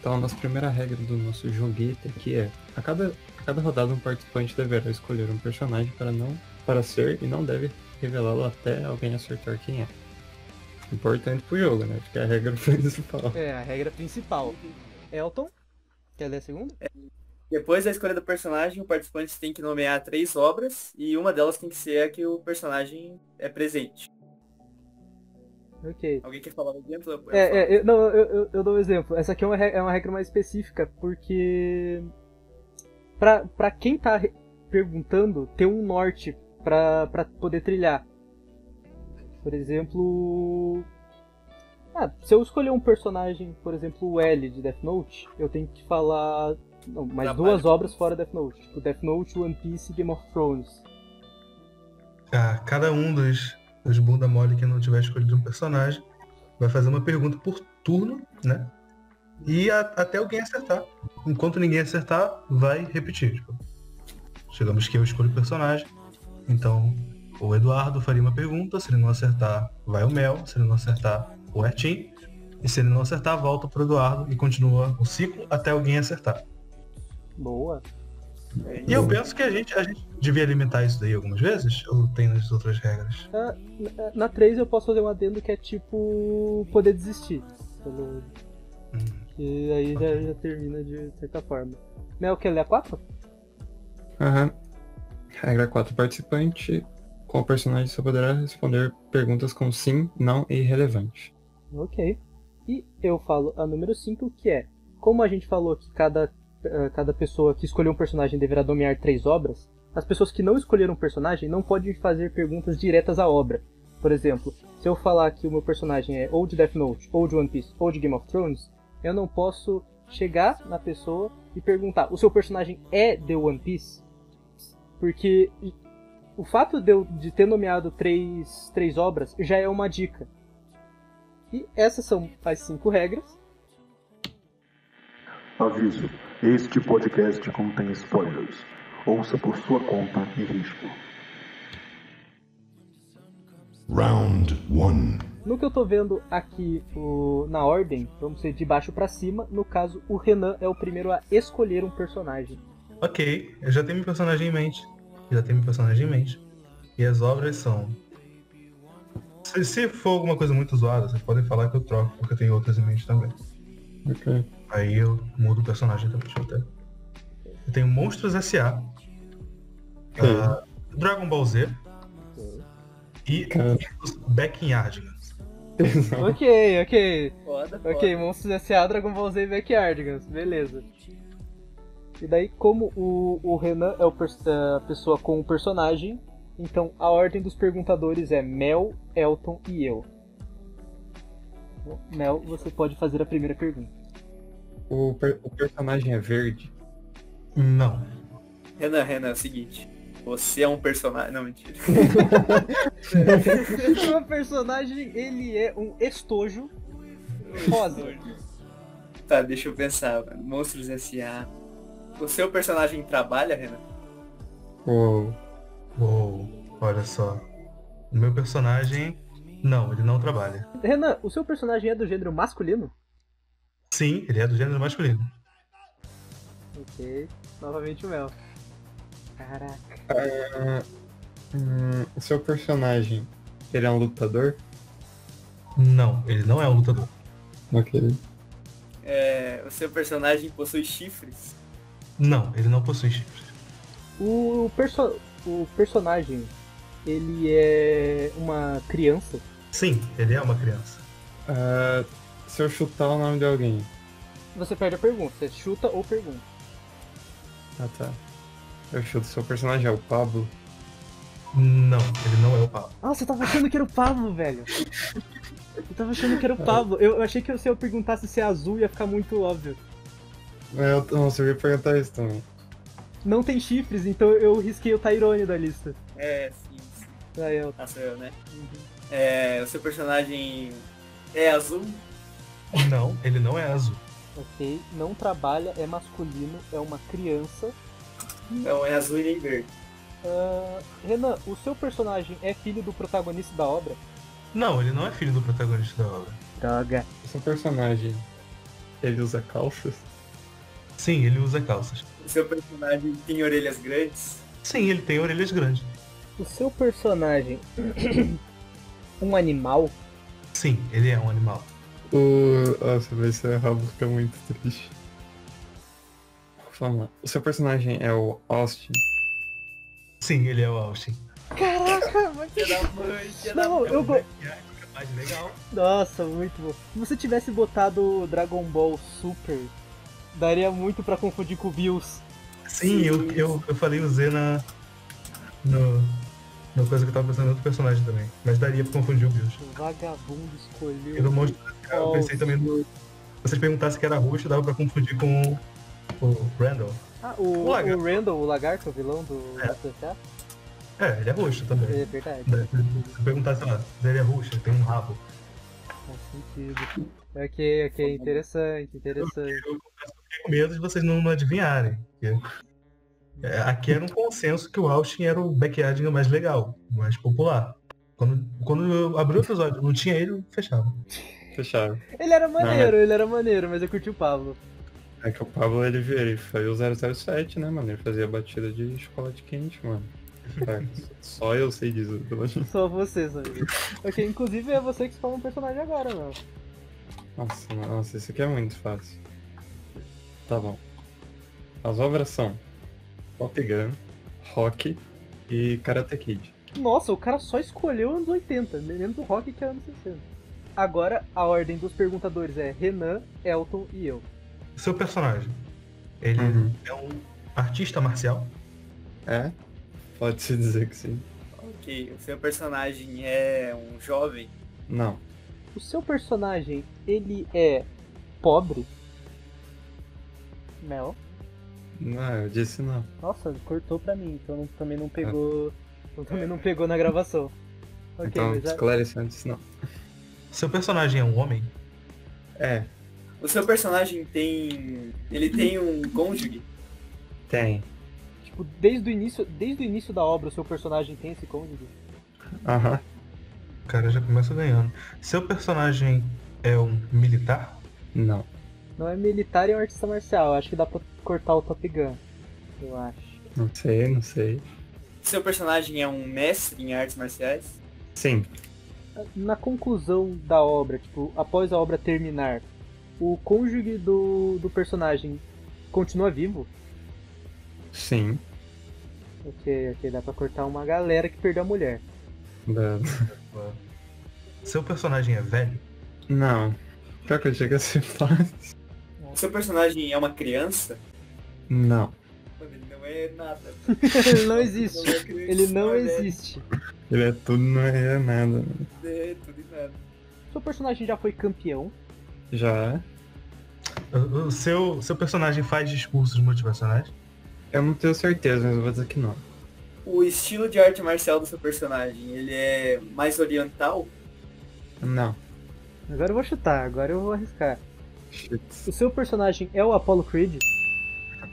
S3: Então, a nossa primeira regra do nosso joguete aqui é: a cada, a cada rodada, um participante deverá escolher um personagem para não para ser e não deve revelá-lo até alguém acertar quem é. Importante pro jogo, né? Porque é a regra [laughs] principal.
S2: É, a regra principal. Elton, quer ler a segunda?
S1: Depois da escolha do personagem, o participante tem que nomear três obras e uma delas tem que ser a que o personagem é presente.
S2: Ok.
S1: Alguém quer falar o exemplo? Eu falo.
S2: É, é, eu, não, eu, eu- eu dou um exemplo. Essa aqui é uma, re- é uma regra mais específica, porque. Pra, pra quem tá re- perguntando, ter um norte pra, pra poder trilhar. Por exemplo. Ah, se eu escolher um personagem, por exemplo, o L de Death Note, eu tenho que falar. Não, mais
S1: Trabalho.
S2: duas obras fora Death Note. Tipo, Death Note, One Piece e Game of Thrones.
S4: Tá, cada um dos, dos bunda mole que não tiver escolhido um personagem vai fazer uma pergunta por turno, né? E a- até alguém acertar. Enquanto ninguém acertar, vai repetir. tipo. chegamos que eu escolho o personagem. Então, o Eduardo faria uma pergunta. Se ele não acertar, vai o Mel. Se ele não acertar, o Ertim. E se ele não acertar, volta pro Eduardo e continua o ciclo até alguém acertar.
S2: Boa.
S4: E eu penso que a gente, a gente devia limitar isso daí algumas vezes, ou tem nas outras regras?
S2: Na- Na 3 eu posso fazer um adendo que é tipo. poder desistir. Pelo-
S4: Hum.
S2: E aí já, já termina de certa forma. Mel, quer ler a 4?
S3: Aham. Regra 4. Participante com o personagem só poderá responder perguntas com sim, não e relevante.
S2: Ok. E eu falo a número 5, que é: como a gente falou que cada, eh, cada pessoa que escolheu um personagem deverá nomear três obras, as pessoas que não escolheram um personagem não podem fazer perguntas diretas à obra. Por exemplo, se eu falar que o meu personagem é ou de Death Note, ou de One Piece, ou de Game of Thrones, eu não posso chegar na pessoa e perguntar: o seu personagem é de One Piece? Porque o fato de eu de ter nomeado três, três obras já é uma dica. E essas são as cinco regras.
S5: Aviso: este podcast contém spoilers. Ouça por sua conta e risco.
S7: Round one.
S2: No que eu tô vendo aqui o- na ordem, vamos ser de baixo pra cima. No caso, o Renan é o primeiro a escolher um personagem.
S4: Ok, eu já tenho meu personagem em mente. Já tenho meu personagem em mente. E as obras são. Se, se for alguma coisa muito zoada, vocês podem falar que eu troco, porque eu tenho outras em mente também.
S3: Ok.
S4: Aí eu mudo o personagem também, deixa eu até. Eu tenho Monstros S.A. ah, Dragon Ball Z e
S3: Cara,
S4: os Backyard.
S2: Ok, ok.
S1: Foda, foda.
S2: é. Ok, Monstros S.A., Dragon Ball Z e Backyardigans. Beleza. E daí, como o, o Renan é o pers- a pessoa com o personagem, então a ordem dos perguntadores é Mel, Elton e eu. Mel, você pode fazer a primeira pergunta.
S3: o, per- o personagem é verde.
S4: Não.
S1: Renan, Renan, é o seguinte. Você é um personagem. Não, mentira. [laughs]
S2: [laughs] O meu personagem, ele é um estojo rosa.
S1: Tá, deixa eu pensar, mano. Monstros S.A. O seu é um personagem trabalha, Renan?
S3: Uou.
S4: Uou, olha só. O meu personagem. Não, ele não trabalha.
S2: Renan, o seu personagem é do gênero masculino?
S4: Sim, ele é do gênero masculino.
S2: Ok. Novamente o Mel. Caraca.
S3: Hum, o seu personagem, ele é um lutador?
S4: Não, ele não é um lutador.
S3: Ok.
S1: É, o seu personagem possui chifres?
S4: Não, ele não possui chifres.
S2: O, perso o personagem, ele é uma criança?
S4: Sim, ele é uma criança.
S3: Ah, se eu chutar o nome de alguém.
S2: Você perde a pergunta. Você chuta ou pergunta.
S3: Ah tá. Eu chuto, seu personagem é o Pablo?
S4: Não, ele não é o Pablo.
S2: Ah, você tava achando que era o Pablo, velho. Eu tava achando que era o Pablo. Eu, eu achei que se eu perguntasse se é azul ia ficar muito óbvio.
S3: É, eu- não, você veio perguntar isso também.
S2: Não tem chifres, então eu risquei o Tyrone da lista.
S1: É, sim, sim.
S2: Aí, Elton.
S1: Ah, sou eu, né? um É, o seu personagem é azul?
S4: Não, ele não é azul.
S2: Ok. Não trabalha, é masculino, é uma criança.
S1: Não, é azul e nem verde.
S2: Ah, Renan, o seu personagem é filho do protagonista da obra?
S4: Não, ele não é filho do protagonista da obra.
S2: Droga.
S3: Esse personagem, ele usa calças?
S4: Sim, ele usa calças.
S1: O seu é um personagem tem orelhas grandes?
S4: Sim, ele tem orelhas grandes.
S2: O seu personagem. [coughs] um animal?
S4: Sim, ele é um animal.
S3: O... Uh, Nossa, vai ser errado, fica muito triste. Vamos lá. O seu personagem é o Austin?
S4: Sim, ele é o Austin.
S2: Caraca, mas
S1: Filha da mãe, filha da
S2: Não,
S1: mãe.
S2: eu. go-
S4: Mas legal.
S2: Nossa, muito bom. Se você tivesse botado o Dragon Ball Super, daria muito pra confundir com o Bills.
S4: Sim, eu, eu, eu falei o Z na. No, na coisa que eu tava pensando em outro personagem também. Mas daria pra confundir o Bills.
S2: O vagabundo
S4: E no
S2: escolheu.
S4: monstro, eu pensei também no. Se vocês perguntassem que era roxo, dava pra confundir com o, o Randall.
S2: Ah, o,
S4: O lagarto.
S2: o Randall, o lagarto, o vilão do
S4: É.
S2: SSA?
S4: É, ele é roxo
S2: É
S4: também.
S2: verdade.
S4: Se eu perguntasse, ó, se ele é roxo, ele tem um rabo.
S2: Faz sentido. Ok, ok, interessante, interessante.
S4: Fiquei com medo de vocês não, não adivinharem. porque, é, aqui era um consenso que o Austin era o backyarding mais legal, mais popular. Quando, quando eu abri o episódio, não tinha ele, eu fechava.
S3: Fechado.
S2: Ele era maneiro, ele era maneiro, mas eu curti o Pablo.
S3: É que o Pablo, ele, ele foi o 007, né, mano? Ele fazia batida de chocolate quente, mano. Cara, [laughs] só eu sei disso, pelo menos.
S2: Só vocês, amigo. Ok, inclusive é você que escolhe um personagem agora, mano.
S3: Nossa, mano, nossa, isso aqui é muito fácil. Tá bom. As obras são Top Gun, Rock e Karate Kid.
S2: Nossa, o cara só escolheu anos 80, menos o rock que é anos 60. Agora, a ordem dos perguntadores é Renan, Elton e eu.
S4: Seu personagem, ele
S3: Uhum.
S4: é um artista marcial?
S3: É? Pode-se dizer que sim.
S1: Ok, o seu personagem é um jovem?
S3: Não.
S2: O seu personagem, ele é pobre? Mel?
S3: Não, eu disse não.
S2: Nossa, cortou pra mim, então não- também não pegou. então também não pegou na gravação. Ok,
S3: então,
S2: mas é, a-
S3: esclarecendo, disse não.
S4: Seu personagem é um homem?
S3: É,
S1: O seu um personagem tem. Ele tem um cônjuge?
S3: tem.
S2: tipo, desde o início, desde o início da obra o seu personagem tem esse cônjuge?
S3: Aham.
S4: O cara já começa ganhando. Seu personagem é um militar?
S3: Não.
S2: Não é militar e é um artista marcial, acho que dá pra cortar o Top Gun. Eu acho.
S3: Não sei, não sei.
S1: O seu personagem é um mestre em artes marciais?
S3: Sim.
S2: Na conclusão da obra, tipo, após a obra terminar, o cônjuge do, do personagem continua vivo?
S3: Sim.
S2: Ok, ok, dá pra cortar uma galera que perdeu a mulher. [laughs]
S3: Da-
S4: Seu personagem é velho?
S3: Não. Pior que eu assim, chego a [laughs] ser fácil.
S1: O seu personagem é uma criança?
S3: Não.
S1: Mano, ele não é nada. é
S2: Ele não existe. Ele não
S1: existe.
S2: existe.
S3: Ele é tudo, não é nada. mano.
S1: É, tudo e nada.
S2: Seu personagem já foi campeão?
S3: Já. é?
S4: O o seu, seu personagem faz discursos motivacionais?
S3: Eu não tenho certeza, mas eu vou dizer que não.
S1: O estilo de arte marcial do seu personagem, ele é mais oriental?
S3: Não.
S2: Agora eu vou chutar, agora eu vou arriscar.
S3: Shit.
S2: O seu personagem é o Apollo Creed? [laughs]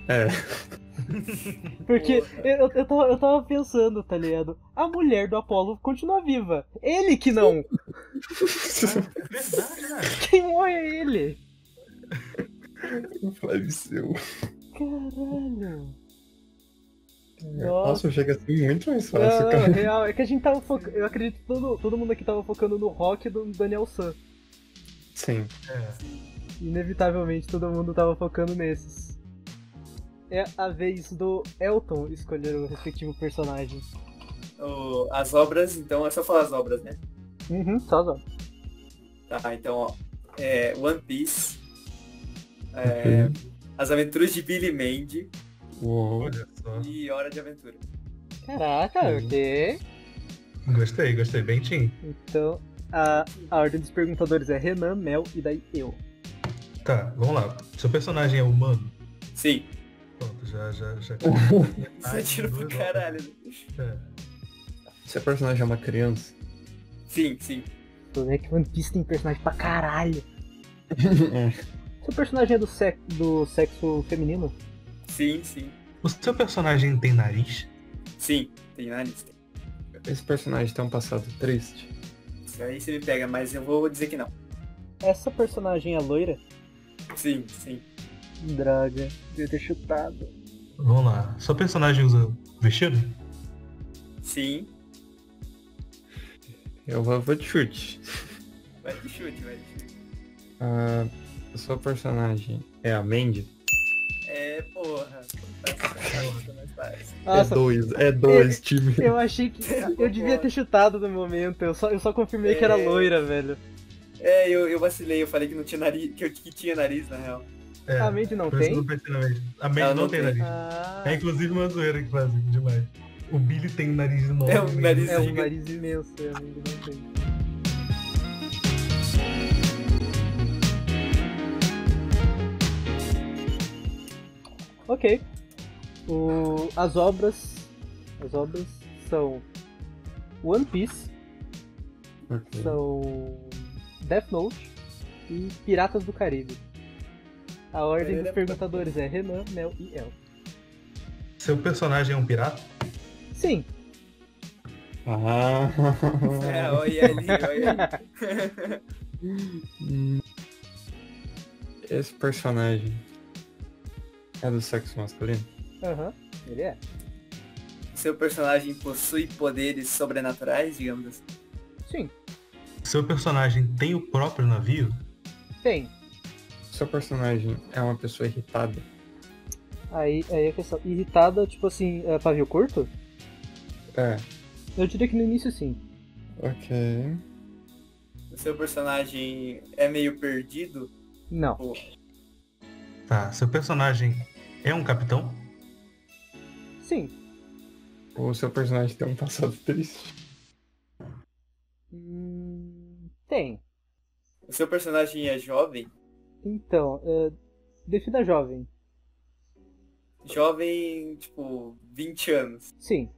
S3: É.
S2: Porque
S1: Porra.
S2: eu, eu, tava, eu tava pensando, tá ligado? A mulher do Apollo continua viva. Ele que [laughs] não.
S4: Verdade, né?
S2: Quem morre é ele.
S3: Faleceu.
S2: Caralho. Nossa.
S3: Nossa, eu chego assim muito mais
S2: Não,
S3: fácil,
S2: não,
S3: cara.
S2: real, é que a gente tava focando. Eu acredito que todo, todo mundo aqui tava focando no rock do Daniel San. Ah.
S3: Sim.
S4: É.
S2: Inevitavelmente todo mundo tava focando nesses. É a vez do Elton escolher o respectivo personagem.
S1: O- As obras, então, é só falar as obras, né?
S2: Uhum, só só.
S1: Tá, então, ó. É, One Piece. é, As Aventuras de Billy Mandy
S3: Uou.
S4: Olha só.
S1: e Hora de Aventura.
S2: Caraca, ok.
S4: Gostei, gostei. Bem, Tim.
S2: Então, a, a ordem dos perguntadores é Renan, Mel e daí eu.
S4: Tá, vamos lá. Seu personagem é humano?
S1: Sim.
S4: Pronto, já, já, já.
S1: Você tiro pro caralho. né?
S4: É.
S3: Seu personagem é uma criança?
S1: Sim, sim.
S2: Tô vendo que One Piece tem personagem pra caralho. Seu personagem é do, sec- do sexo feminino?
S1: Sim, sim.
S4: O seu personagem tem nariz?
S1: Sim, tem na lista.
S3: Esse personagem tem um passado triste.
S1: Isso aí você me pega, mas eu vou dizer que não.
S2: Essa personagem é loira?
S1: Sim, sim.
S2: Draga, devia ter chutado.
S4: Vamos lá. Seu personagem usa vestido?
S1: Sim.
S3: Eu vou, vou de chute.
S1: Vai de chute, vai de chute.
S3: Ah, o seu personagem é a Mandy?
S1: É, porra. Tá mais fácil.
S2: Nossa,
S3: É dois, é
S2: [laughs]
S3: dois, time.
S2: eu achei que. Eu devia ter chutado no momento. Eu só, eu só confirmei que era
S1: É.
S2: loira, velho.
S1: É, eu, eu vacilei, eu falei que não tinha nariz, que eu que tinha nariz, na real.
S4: É.
S2: A Mandy não
S4: por isso
S2: tem?
S4: não vai ter nariz. A Mandy
S1: Ela
S4: não,
S1: não
S4: tem
S1: tem.
S4: nariz.
S2: Ah,
S4: É inclusive uma zoeira que fazem demais. O Billy tem um nariz enorme.
S1: É um nariz
S2: é um
S1: gigante.
S2: nariz imenso, é, a Mandy não tem. Ok. O- as obras. As obras são One Piece,
S3: Ok.
S2: são Death Note e Piratas do Caribe. A ordem dos perguntadores é Renan, Mel e El.
S4: Seu personagem é um pirata?
S2: Sim,
S3: [laughs] Ah.
S1: É, olha ali, olha ali.
S3: Hum. Esse personagem é do sexo masculino?
S2: aham, ele é.
S1: Seu personagem possui poderes sobrenaturais, digamos assim.
S2: Sim,
S4: Seu personagem tem o próprio navio?
S2: tem.
S3: Seu personagem é uma pessoa irritada?
S2: Aí, aí a questão. Irritada, tipo assim, é pavio curto?
S3: É,
S2: Eu diria que no início sim.
S3: ok.
S1: O seu personagem é meio perdido?
S2: Não.
S1: Pô,
S4: Tá. Seu personagem é um capitão?
S2: Sim.
S3: O seu personagem tem um passado triste?
S2: Hum, tem.
S1: o seu personagem é jovem?
S2: Então, é, defina jovem.
S1: Jovem, tipo, 20 anos.
S2: Sim.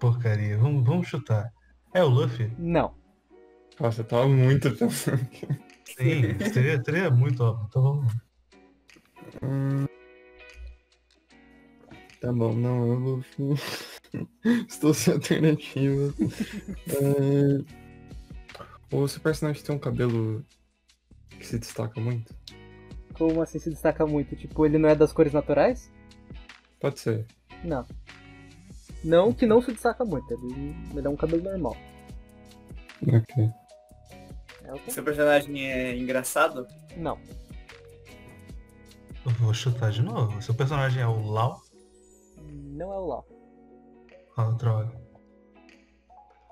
S4: Porcaria. Vamos, vamos chutar. É o Luffy?
S2: Não.
S3: Nossa, eu tava muito pensando. que-
S4: Sim. seria, seria muito óbvio. Então vamos lá.
S3: [laughs] Tá bom, não, eu vou. [laughs] Estou sem alternativa. É, O seu personagem tem um cabelo que se destaca muito?
S2: Como assim se destaca muito? Tipo, ele não é das cores naturais?
S3: Pode ser.
S2: Não. Não que não se destaca muito. Ele, ele é um cabelo normal.
S3: Ok.
S2: É o
S1: O
S2: que?
S1: seu personagem é engraçado?
S2: Não.
S4: Eu vou chutar de novo. Seu personagem é o Lau?
S2: Não é o Law.
S4: Ah, droga.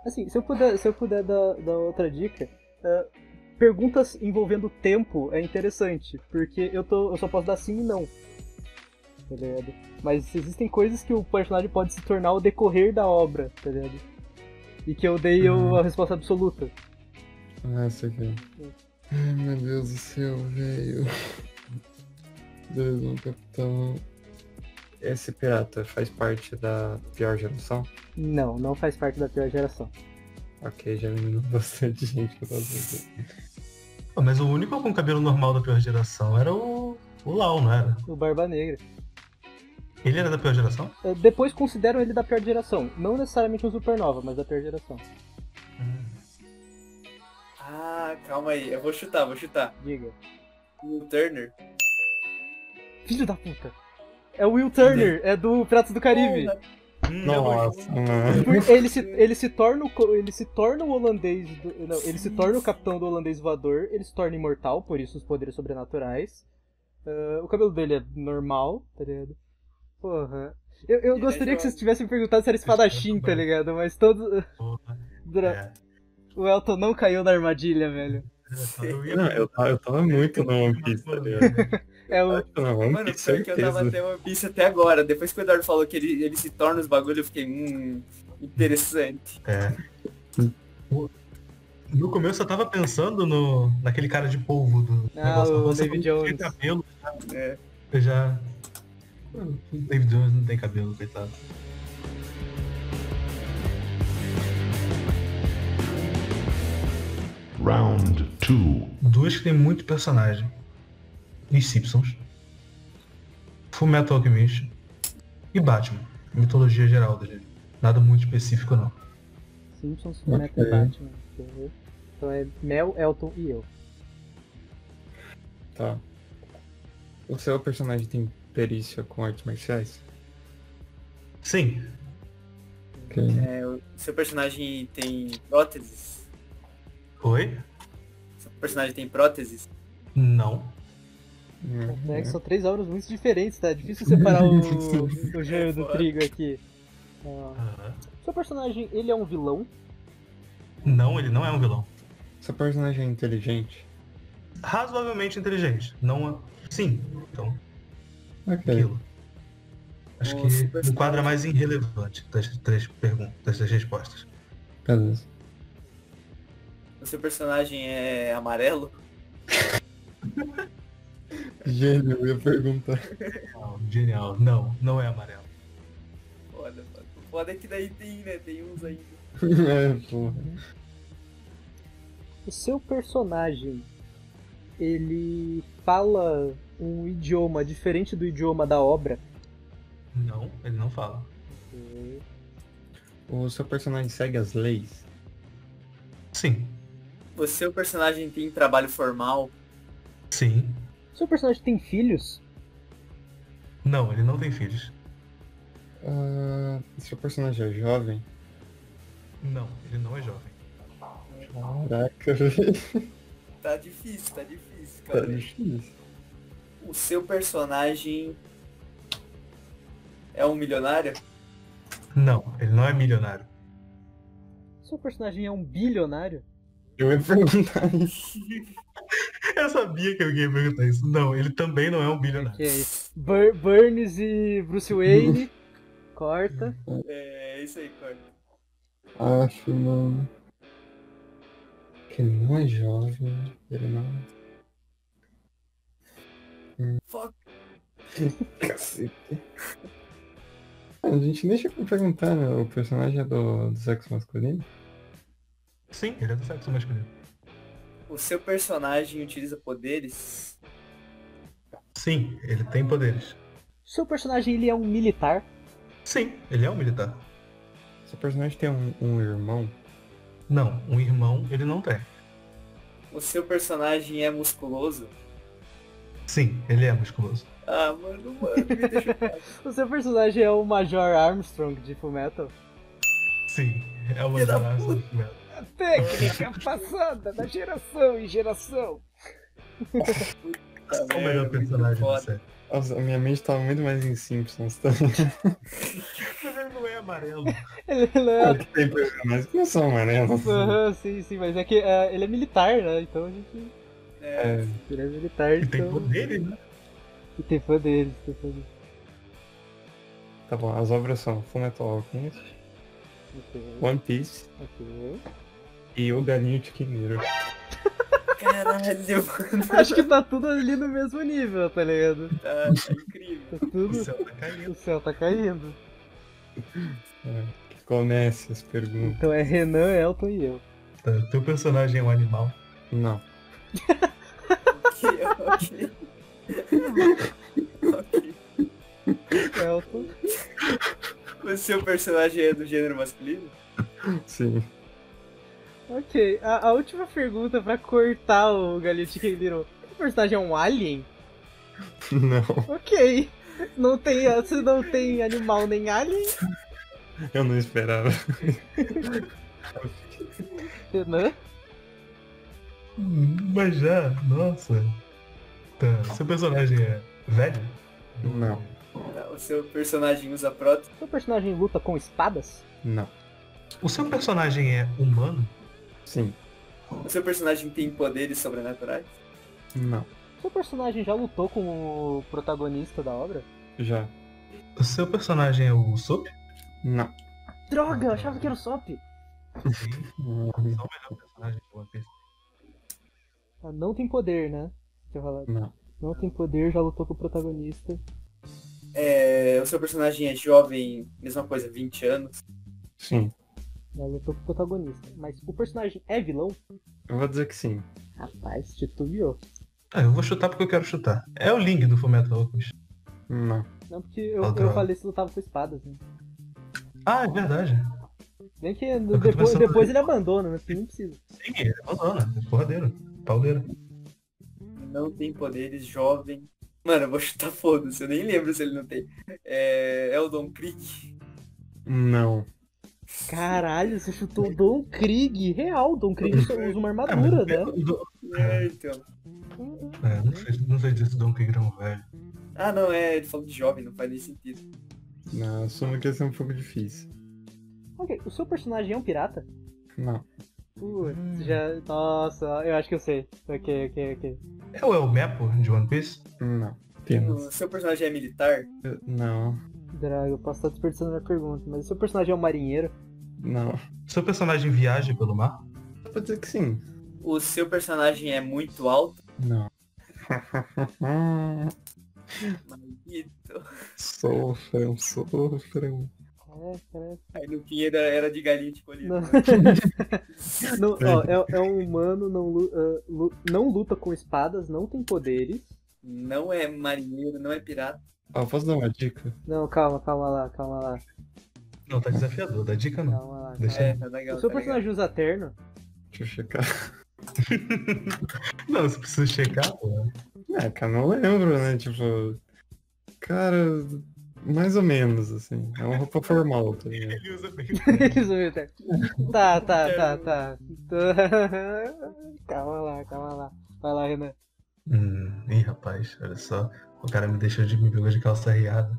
S2: Assim, se eu puder, se eu puder dar, dar outra dica, é, perguntas envolvendo tempo é interessante, porque eu, tô, eu só posso dar sim e não. Tá ligado? Mas existem coisas que o personagem pode se tornar ao decorrer da obra, tá ligado? E que eu dei o- a resposta absoluta.
S3: Ah, essa aqui. Ai, meu Deus do céu, velho. Deus, um capitão. Esse pirata faz parte da pior geração?
S2: Não, não faz parte da pior geração.
S3: Ok, já eliminou bastante gente que eu tava pensando.
S4: Pô, mas o único com cabelo normal da pior geração era o, o Lau, não era?
S2: O Barba Negra.
S4: Ele era da pior geração?
S2: É, Depois consideram ele da pior geração. Não necessariamente um supernova, mas da pior geração.
S1: Ah, calma aí, eu vou chutar, vou chutar.
S2: Diga.
S1: O Turner?
S2: Filho da puta! É o Will Turner, é do Piratas do Caribe.
S1: Porra,
S4: Hum,
S3: Nossa, mano.
S2: Por- Ele se, ele se torna o co- ele se torna o holandês do- não, ele se torna o capitão do holandês voador, ele se torna imortal, por isso os poderes sobrenaturais. Ah, o cabelo dele é normal, tá ligado? Porra. Eu, eu
S1: Ele é
S2: gostaria
S1: jovem.
S2: que vocês tivessem perguntado se era espadachim, tá ligado? Mas todo
S4: porra.
S2: dra-
S4: É.
S2: o Elton não caiu na armadilha, velho.
S4: é, Eu ia
S3: Não, eu tava, eu tava muito no One Piece, tá ligado?
S2: É o
S3: Não, One
S1: Mano,
S3: Piece,
S1: pior que eu tava
S3: certeza.
S1: até One Piece até agora. Depois que o Eduardo falou que ele, ele se torna os bagulho, eu fiquei, hum, interessante.
S4: É. O- No começo eu tava pensando no, naquele cara de polvo do
S2: Ah,
S4: negócio.
S2: o
S4: Quando você
S2: David
S4: falou que
S2: Jones.
S4: Tem cabelo, tá?"
S1: É.
S4: eu já. O David Jones não tem cabelo, coitado.
S7: Round two.
S4: Duas que tem muito personagem. Os Simpsons, Fullmetal Alchemist e Batman. Mitologia geral dele. Nada muito específico não.
S2: Simpsons, Fullmetal
S3: Ok.
S2: Batman. deixa eu ver. Então é Mel, Elton e eu.
S3: Tá. O seu personagem tem perícia com artes marciais?
S4: Sim,
S3: Ok.
S1: É, o seu personagem tem próteses?
S4: oi?
S1: Seu personagem tem próteses?
S4: Não.
S3: Hum,
S2: Tanto é que são três auras muito diferentes, tá? Difícil separar o, o joio do
S1: Foda.
S2: trigo aqui. Ah,
S4: Ah,
S2: seu personagem, ele é um vilão?
S4: Não, ele não é um vilão.
S3: Seu personagem é inteligente?
S4: Razoavelmente inteligente. Não. é- Sim, então,
S3: Ok.
S4: aquilo. Acho
S1: Um
S4: que
S1: super-
S4: enquadra mais em relevante das três perguntas, das três respostas.
S3: Beleza.
S1: O seu personagem é amarelo?
S3: Gênio, eu ia perguntar.
S4: Não, genial. Não, não é amarelo.
S1: Foda, foda. Foda é que daí tem, né? Tem uns ainda.
S3: [laughs] é, porra.
S2: O seu personagem, ele fala um idioma diferente do idioma da obra?
S4: Não, ele não fala.
S3: O seu personagem segue as leis?
S4: Sim,
S1: O seu personagem tem trabalho formal?
S4: sim.
S2: Seu personagem tem filhos?
S4: Não, ele não tem filhos.
S3: Ah, seu personagem é jovem?
S4: Não, ele não é jovem.
S3: Caraca, [laughs] é velho.
S1: Tá difícil, tá difícil,
S3: Tá
S1: cara.
S3: difícil.
S1: O seu personagem é um milionário?
S4: Não, ele não é milionário. [laughs]
S2: Seu personagem é um bilionário?
S3: Eu ia perguntar isso.
S4: Eu sabia que alguém ia perguntar isso. Não, ele também não é um bilionário.
S2: Que é isso? Bur- Burns e Bruce Wayne. Corta.
S1: É, é isso aí, Corta.
S3: Acho, mano. Que ele não é jovem. Ele não. é. Hum.
S1: Fuck.
S3: [laughs] Cacete. Ah, A gente nem chegou a perguntar, né? O personagem é do, do sexo masculino?
S4: Sim, ele é do sexo masculino.
S1: O seu personagem utiliza poderes?
S4: Sim, ele tem poderes.
S2: Seu personagem, ele é um militar?
S4: Sim, ele é um militar.
S3: Seu personagem tem um, um irmão?
S4: Não, um irmão ele não tem.
S1: O seu personagem é musculoso?
S4: Sim, ele é musculoso.
S1: Ah, mano, mano, me
S4: [laughs]
S1: deixa
S2: O seu personagem é o Major Armstrong de Fullmetal?
S4: Sim, é uma
S1: Filha da
S4: das
S1: puta.
S4: É
S2: Técnica passada da geração em geração.
S4: É o melhor personagem da série.
S3: Nossa, a minha mente tava muito mais em Simpsons, tá?
S4: Mas ele não é amarelo.
S2: Ele não é
S3: Tem personagens que não são amarelos.
S2: Aham, sim, sim, mas é que eh, ele é militar, né? Então a gente.
S1: É,
S3: É,
S2: Ele é militar,
S4: [laughs] Ele tem
S2: então.
S4: poderes, né?
S2: E tem fã dele, tem fã dele.
S3: tá bom, as obras são Fullmetal Alchemist,
S2: Ok,
S3: One Piece
S2: ok.
S3: e O Galinho de Quineiro.
S1: caralho, mano,
S2: Acho que tá tudo ali no mesmo nível, tá ligado?
S1: tá, tá incrível.
S2: Tá
S4: O
S2: tudo.
S4: céu tá caindo.
S2: O céu tá caindo.
S3: Que comece as perguntas.
S2: Então é Renan, Elton e eu.
S4: Tá, Teu personagem é um animal.
S3: Não.
S1: Ok, ok. ok.
S2: Elton.
S1: O seu personagem é do gênero masculino?
S3: Sim.
S2: Ok, a, a última pergunta pra cortar o Galinho Chicken Little. O personagem é um alien?
S3: Não.
S2: Ok. Não tem, se não tem animal nem alien,
S3: Eu não esperava.
S2: Renan.
S4: Hum, Mas já, nossa. Tá, seu personagem é velho?
S3: Não.
S1: Tá, O seu personagem usa prótese?
S2: Seu personagem luta com espadas?
S3: Não.
S4: O seu personagem é humano?
S3: Sim.
S1: O seu personagem tem poderes sobrenaturais?
S3: Não.
S2: Seu personagem já lutou com o protagonista da obra?
S3: Já.
S4: O seu personagem é o Sop?
S3: Não.
S2: Droga, eu achava que era o Sop.
S4: Sim, só o melhor personagem de One Piece.
S2: Ah, não tem poder, né? Deixa eu falar.
S3: Não.
S2: Não tem poder, já lutou com o protagonista.
S1: É, o seu personagem é jovem, mesma coisa, 20 anos?
S3: Sim.
S2: Já lutou com o protagonista. Mas o personagem é vilão?
S3: Eu vou dizer que sim.
S2: Rapaz, titubeou.
S4: Ah, eu vou chutar porque eu quero chutar. É o Ling do Fullmetal Alchemist.
S3: Não.
S2: Não, porque eu,
S4: Outra.
S2: eu falei se lutava com espadas. Né?
S4: Ah, é verdade.
S2: Nem que
S4: tô
S2: depois,
S4: pensando-
S2: depois ele abandona, né? Porque não precisa.
S4: Sim, ele abandona. É porradeiro. Pauleiro.
S1: Não tem poderes, jovem. Mano, eu vou chutar foda-se, eu nem lembro se ele não tem. É. Eldon Creek.
S3: Não.
S2: Caralho, você chutou o Don Krieg. Real, Don Krieg só usa uma
S4: É, mas
S2: armadura, né? Uhum.
S4: o do-
S1: É, então.
S4: é, não fez, não fez isso Don Quigrão é um velho.
S1: Ah, não, é. Ele falou de jovem, não faz nem sentido.
S3: Não, só uma questão um pouco difícil.
S2: Ok, o seu personagem é um pirata?
S3: Não.
S2: Putz, já. Nossa, eu acho que eu sei. Ok, ok, ok.
S4: É o Elmepo de One Piece?
S3: Não. Apenas.
S1: O seu personagem é militar?
S3: Eu- Não.
S2: Drago, eu posso estar desperdiçando minha pergunta, mas o seu personagem é um marinheiro?
S3: Não.
S4: Seu personagem viaja pelo mar?
S3: Pode dizer que sim.
S1: O seu personagem é muito alto?
S3: Não.
S1: Maldito.
S3: sofram, sofram.
S2: É, cara.
S1: Aí no fim era, era de galinha de colírio.
S2: Não. Não, ó, é, é um humano, não, lu- ah, lu- não luta com espadas, não tem poderes.
S1: Não é marinheiro, não é pirata.
S3: Ó, posso dar uma dica?
S2: Não, calma, calma lá, calma lá,
S4: Não, tá desafiador. Dá dica não.
S2: calma lá.
S4: Deixa-
S2: Calma.
S1: É, tá legal.
S2: O seu
S1: tá legal.
S2: personagem usa terno? [laughs]
S3: Deixa eu checar.
S4: Não, você precisa checar, pô.
S3: É, cara, não lembro, né? Tipo. Cara, mais ou menos, assim. É uma roupa formal, tá ligado?
S4: Ele usa bem.
S2: Ele usa meio terno. Tá, tá, tá, tá. Tô- [laughs] Calma lá, calma lá. Vai lá, Renan.
S4: Hum, ih, rapaz, olha só. O cara me deixou de me pegou de calça riada.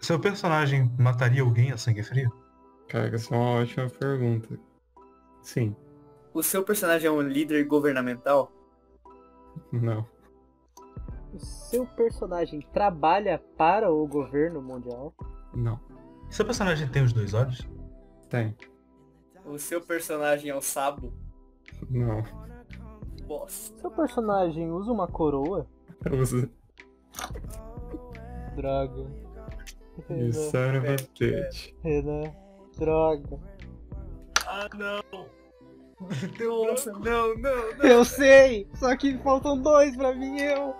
S4: Seu personagem mataria alguém a sangue frio?
S3: Cara, essa é uma ótima pergunta. Sim.
S1: O seu personagem é um líder governamental?
S3: Não.
S2: O seu personagem trabalha para o governo mundial?
S3: Não.
S4: Seu personagem tem os dois olhos?
S3: Tem.
S1: O seu personagem é o Sabo?
S3: Não. [laughs]
S1: Boss.
S2: Seu personagem usa uma coroa?
S3: Usa.
S2: Droga.
S3: Isso era bastante.
S2: Renan. Droga. [laughs] é
S1: Nossa, Ah, não, não, não.
S2: Eu sei! Só que faltam dois pra mim, eu!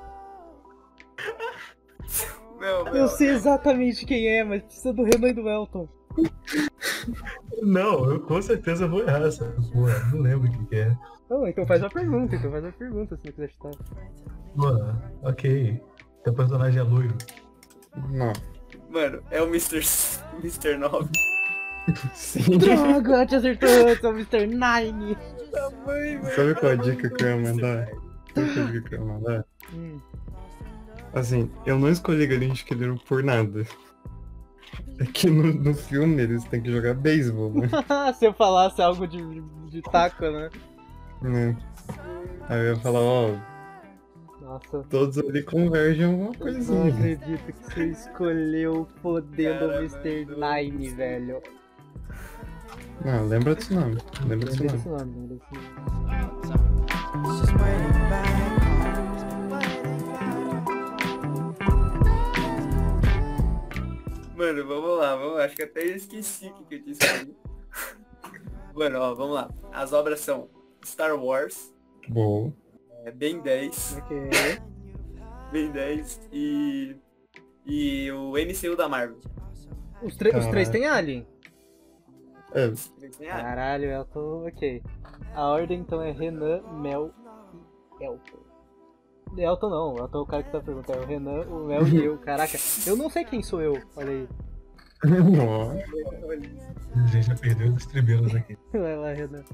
S1: Não,
S2: Eu
S1: não.
S2: sei exatamente quem é, mas precisa do Renan e do Elton.
S4: Não, eu com certeza vou errar essa porra. Não lembro o que, que é.
S2: Não, então faz uma pergunta, então faz uma pergunta se não quiser chutar.
S4: Pô, ok. Seu personagem é loiro.
S3: Não.
S1: Mano, é o Mr. S- Mr. 9.
S3: Sim.
S2: Droga, te acertou antes, é o Mr. Nine!
S3: Sabe qual é a dica que eu ia mandar? Sabe qual é a dica que eu ia mandar?
S2: Hum,
S3: Assim, eu não escolhi Galinha de Quilheiro por nada. É que no, no filme eles têm que jogar beisebol, né?
S2: [laughs] se eu falasse algo de, de taco, né?
S3: Né? Aí eu ia falar, ó,
S2: Nossa.
S3: todos ali convergem em alguma
S2: Não
S1: é.
S3: coisinha.
S2: acredito que você escolheu o poder do
S1: Cara,
S2: Mr.
S1: mano,
S2: Nine, velho.
S3: Não, Ah, lembra desse nome. Lembra desse
S2: Lembrei
S3: nome.
S2: desse nome, lembrei desse nome.
S1: Mano, vamos lá, vamos lá. Acho que até eu esqueci o que que eu disse ali. [laughs] Mano, ó, vamos lá. As obras são Star Wars,
S3: Boa. [laughs]
S1: é, Ben 10,
S2: Ok.
S1: Ben 10 e. E o MCU da Marvel.
S2: Os, tre- os três
S3: Caralho.
S2: têm Alien?
S3: É,
S1: Ah,
S2: Caralho, Elton, ok. A ordem então é Renan, Mel e Elton. Elton não, Elton é o cara que tá perguntando. É o Renan, o Mel e eu. Caraca, eu não sei quem sou eu. Olha aí. [laughs]
S3: Ó,
S4: A gente já perdeu as tribunas aqui.
S2: Vai lá, Renan.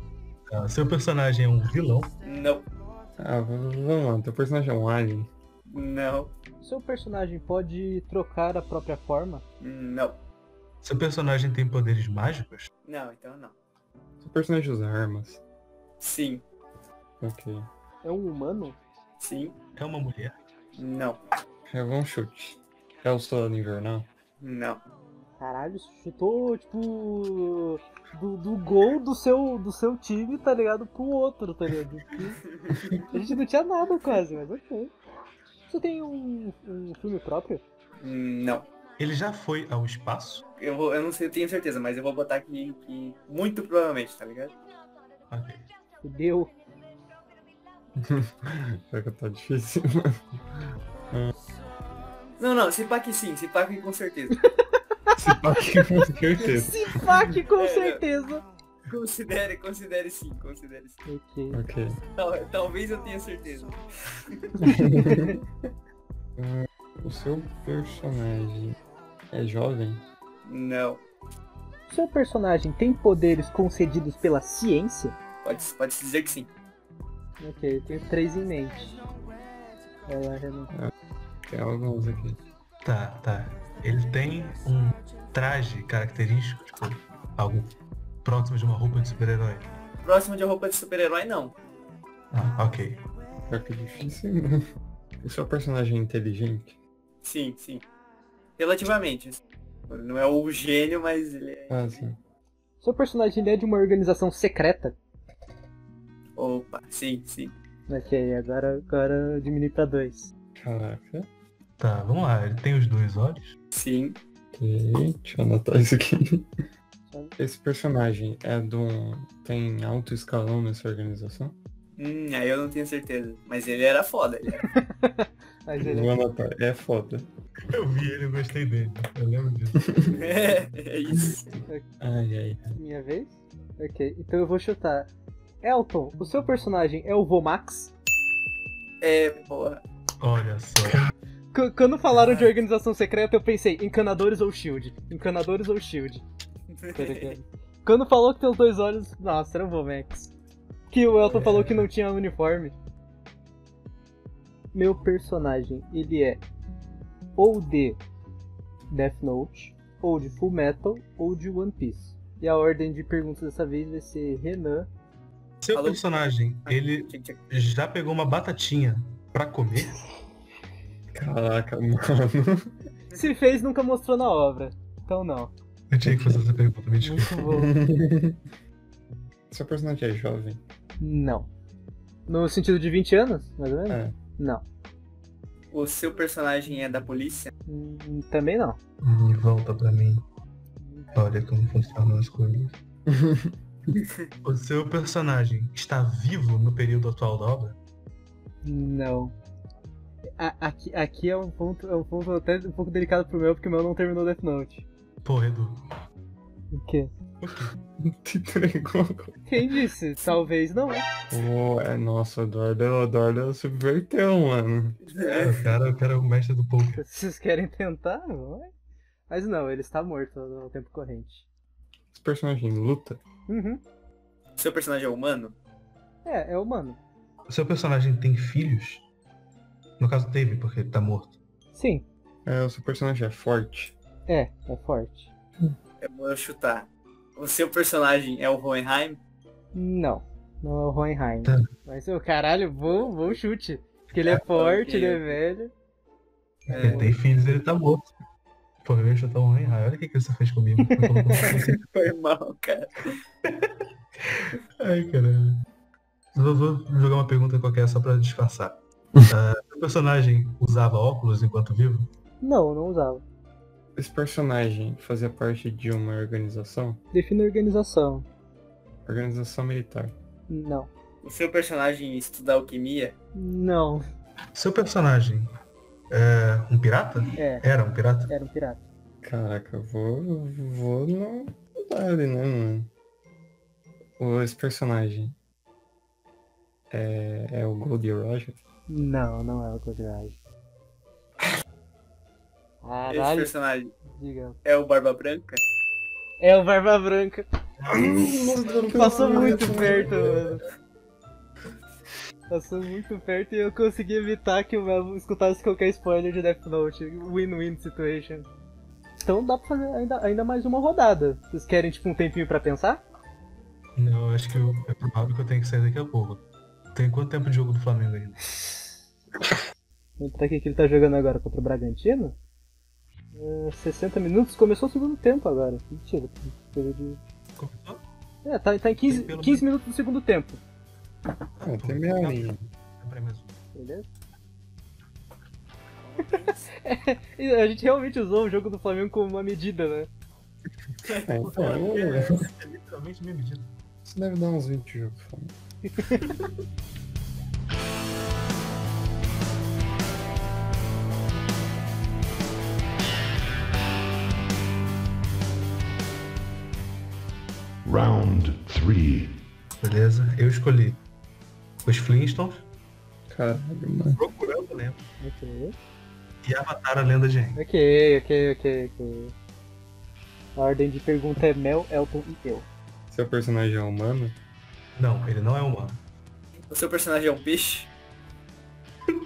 S4: Tá, seu personagem é um vilão?
S1: não,
S3: Ah, v- v- vamos lá, teu personagem é um alien.
S1: não,
S2: Seu personagem pode trocar a própria forma?
S1: não.
S4: Seu personagem tem poderes mágicos?
S1: Não, então não.
S3: Seu personagem usa armas.
S1: Sim,
S3: Ok.
S2: É um humano?
S1: sim,
S4: É uma mulher?
S1: não,
S3: Já vou um chute. É o soldado invernal?
S1: não.
S2: Caralho, isso chutou, tipo. Do, do gol do seu, do seu time, tá ligado? Pro outro, tá ligado? A gente não tinha nada quase, mas ok. Você tem um, um filme próprio?
S1: Não.
S4: Ele já foi ao espaço?
S1: Eu, vou, eu não sei, eu tenho certeza, mas eu vou botar aqui que muito provavelmente, tá ligado?
S4: Ok.
S2: Fudeu.
S3: Só que tá difícil, [laughs] mano.
S1: Não, não, se pá que sim, se pá que com certeza.
S3: Se pá que tá com certeza.
S2: Se faque, com
S1: É.
S2: certeza.
S1: considere, considere sim, considere sim.
S2: Ok.
S3: Ok.
S1: Tal- talvez eu tenha certeza.
S3: O seu personagem é jovem?
S1: Não.
S2: Seu personagem tem poderes concedidos pela ciência?
S1: Pode, pode se dizer que sim.
S2: Ok, eu tenho três em mente. Vai lá, Renan.
S3: Tem alguns aqui.
S4: Tá, tá. Ele tem um traje característico, tipo, algo próximo de uma roupa de super-herói.
S1: Próximo de roupa de super-herói, não.
S4: Ah, ok.
S3: Pior que é difícil, [laughs] mano. O seu personagem é inteligente?
S1: Sim, sim. Relativamente. assim. Não é o gênio, mas ele é.
S3: Ah, sim.
S2: Seu personagem ele é de uma organização secreta?
S1: Opa, sim, sim.
S2: Ok, agora, agora diminui pra dois.
S3: Caraca.
S4: Tá, vamos lá. Ele tem os dois olhos. [laughs]
S1: Sim.
S3: Ok, deixa eu anotar isso aqui. Esse personagem é de um. tem alto escalão nessa organização?
S1: Hum, aí eu não tenho certeza. Mas ele era foda. Ele era. [laughs]
S2: Mas ele
S3: Vou anotar. É foda.
S4: Eu vi ele, eu gostei dele. Eu lembro disso.
S1: é, é isso.
S3: Ai, ai.
S2: Minha vez? Ok, então eu vou chutar. Elton, o seu personagem é o Vomax?
S1: É, porra.
S4: Olha só.
S2: C- quando falaram de organização secreta, eu pensei, encanadores ou shield? Encanadores ou shield? Tá ligado? quando falou que tem os dois olhos, nossa, era o Vomax. Que o Elton falou que não tinha uniforme. Meu personagem, ele é ou de Death Note, ou de Full Metal, ou de One Piece. E a ordem de perguntas dessa vez vai ser Renan.
S4: Seu
S1: Alô?
S4: personagem,
S1: [laughs]
S4: ele
S1: Tinha que-
S4: já pegou uma batatinha pra comer?
S3: Caraca, mano. [laughs]
S2: Se fez, nunca mostrou na obra. Então não.
S4: Eu tinha que fazer essa pergunta, me desculpa.
S2: Muito bom.
S3: Seu personagem é jovem? [laughs]
S2: Não. No sentido de 20 anos, mais ou menos?
S3: É.
S2: Não.
S1: O seu personagem é da polícia?
S2: Hum, Também não.
S4: Me volta pra mim. Olha como funcionam as [laughs] coisas. o seu personagem está vivo no período atual da obra?
S2: Não. A- aqui, aqui é um ponto, é um ponto até um pouco delicado pro meu, porque o meu não terminou Death Note.
S4: Porra, Edu.
S2: O quê?
S3: Te entregou.
S2: Quem disse? [laughs] Talvez não.
S3: Pô, é, nossa, o Eduardo, o Eduardo subverteu, mano.
S4: É, o cara, o cara é o mestre do poker.
S2: Vocês querem tentar? Vai. Mas não, ele está morto no tempo corrente.
S3: Esse personagem luta?
S2: Uhum.
S1: [laughs] Seu personagem é humano?
S2: É, é humano.
S4: O seu personagem tem filhos? No caso teve, porque ele tá morto.
S2: Sim.
S3: É, o seu personagem é forte?
S2: É, é forte.
S1: Eu vou chutar. O seu personagem é o Hohenheim? [laughs]
S2: Não. Não é o Hohenheim.
S4: Tá.
S2: Mas, o caralho, bom, bom chute. Porque ele é forte, ele é
S1: ok.
S2: velho.
S4: Ele tem filhos ele tá morto. Pô, eu ia chutar um raio. Olha o que, que você fez comigo. Eu tô no-
S1: Foi mal, cara.
S4: [laughs] Ai, caralho. Vou, vou jogar uma pergunta qualquer só pra disfarçar. [laughs] Ah, o personagem usava óculos enquanto vivo?
S2: Não, não usava.
S3: Esse personagem fazia parte de uma organização?
S2: Defina organização.
S3: Organização militar.
S2: Não.
S1: O seu personagem estuda alquimia?
S2: Não.
S4: Seu personagem é um pirata?
S2: É,
S4: Era um pirata?
S2: era um pirata.
S3: Caraca, eu vou. vou no. Dali, né, mano? O- Esse personagem. É, é o Goldie Roger?
S2: Não, não é o Codrive.
S1: Esse
S2: Caralho,
S1: personagem
S2: diga.
S1: é o Barba Branca?
S2: É o Barba Branca. Passou muito perto, mano. Passou muito perto e eu consegui evitar que o Mel escutasse qualquer spoiler de Death Note. Win-win situation. Então dá pra fazer ainda, ainda mais uma rodada. Vocês querem, tipo, um tempinho pra pensar?
S4: Não, eu acho que eu- é provável que eu tenho que sair daqui a pouco. Tem quanto tempo de jogo do Flamengo ainda?
S2: Pra que que ele tá jogando agora contra o Bragantino? É, 60 minutos, começou o segundo tempo agora. Mentira, coisa de-
S4: Começou?
S2: É, tá, tá em 15,
S4: Tem pelo
S2: 15 minutos do segundo tempo.
S3: Ah, tem meia linha.
S4: Peraí, mais um.
S2: [laughs] Beleza? E É, a gente realmente usou o jogo do Flamengo como uma medida, né?
S3: É, então, é, é.
S4: É literalmente minha medida.
S3: Isso deve dar uns 20 jogos.
S7: Round 3.
S4: Beleza? Eu escolhi os Flintstones,
S3: Caralho, mano.
S4: Procurando Nemo
S2: Ok,
S4: e Avatar a Lenda de Aang.
S2: ok, ok, ok. ok. A ordem de pergunta é Mel, Elton e eu.
S3: Seu personagem é humano?
S4: Não, ele não é humano.
S1: O seu personagem é um peixe?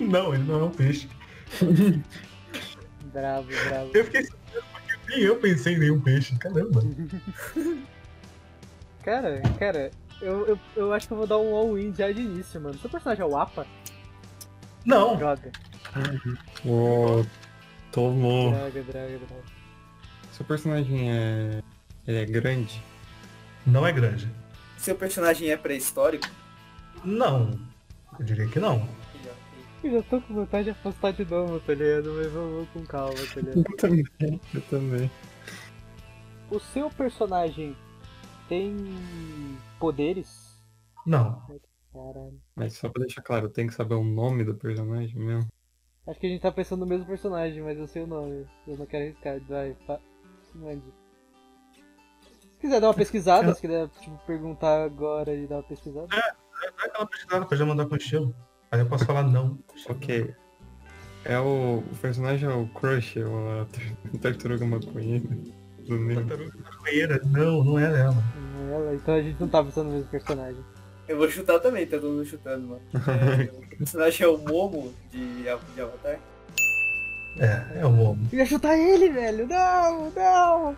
S4: Não, ele não é um peixe.
S2: Bravo, bravo.
S4: Eu fiquei surpreso porque nem eu pensei em nenhum peixe. Caramba.
S2: Cara, cara, eu, eu, eu acho que eu vou dar um all-in já de início, mano. Seu personagem é o APA?
S4: Não,
S2: Droga,
S3: Uou, tomou.
S2: droga, droga, droga.
S3: Seu personagem é. Ele é grande?
S4: não é grande.
S1: Seu personagem é pré-histórico?
S4: Não. Eu diria que não.
S2: Eu já tô com vontade de apostar de novo, tá ligado? Mas vamos com calma, tá ligado?
S3: Eu também, eu também.
S2: O seu personagem tem poderes?
S4: Não.
S2: Caralho.
S3: Mas só pra deixar claro, eu tenho que saber o nome do personagem mesmo.
S2: Acho que a gente tá pensando no mesmo personagem, mas eu sei o nome. Eu não quero arriscar. Vai, fa... mande. Se quiser dar uma pesquisada, se quiser tipo, perguntar agora e dar uma pesquisada.
S4: Dá aquela pesquisada pra já mandar com estilo. Aí eu posso falar não.
S3: Ok. É o. O personagem é o Crush, é o- a tar- [laughs] tartaruga maconheira. Do Nemo.
S4: Tartaruga maconheira. Não, não é ela.
S2: Não é ela, Então a gente não tá pensando no mesmo personagem.
S1: Eu vou chutar também, tá todo mundo chutando, mano. É, o personagem é o Momo de, Av- de Avatar?
S4: É, é o Momo.
S2: Eu ia chutar ele, velho! Não, não!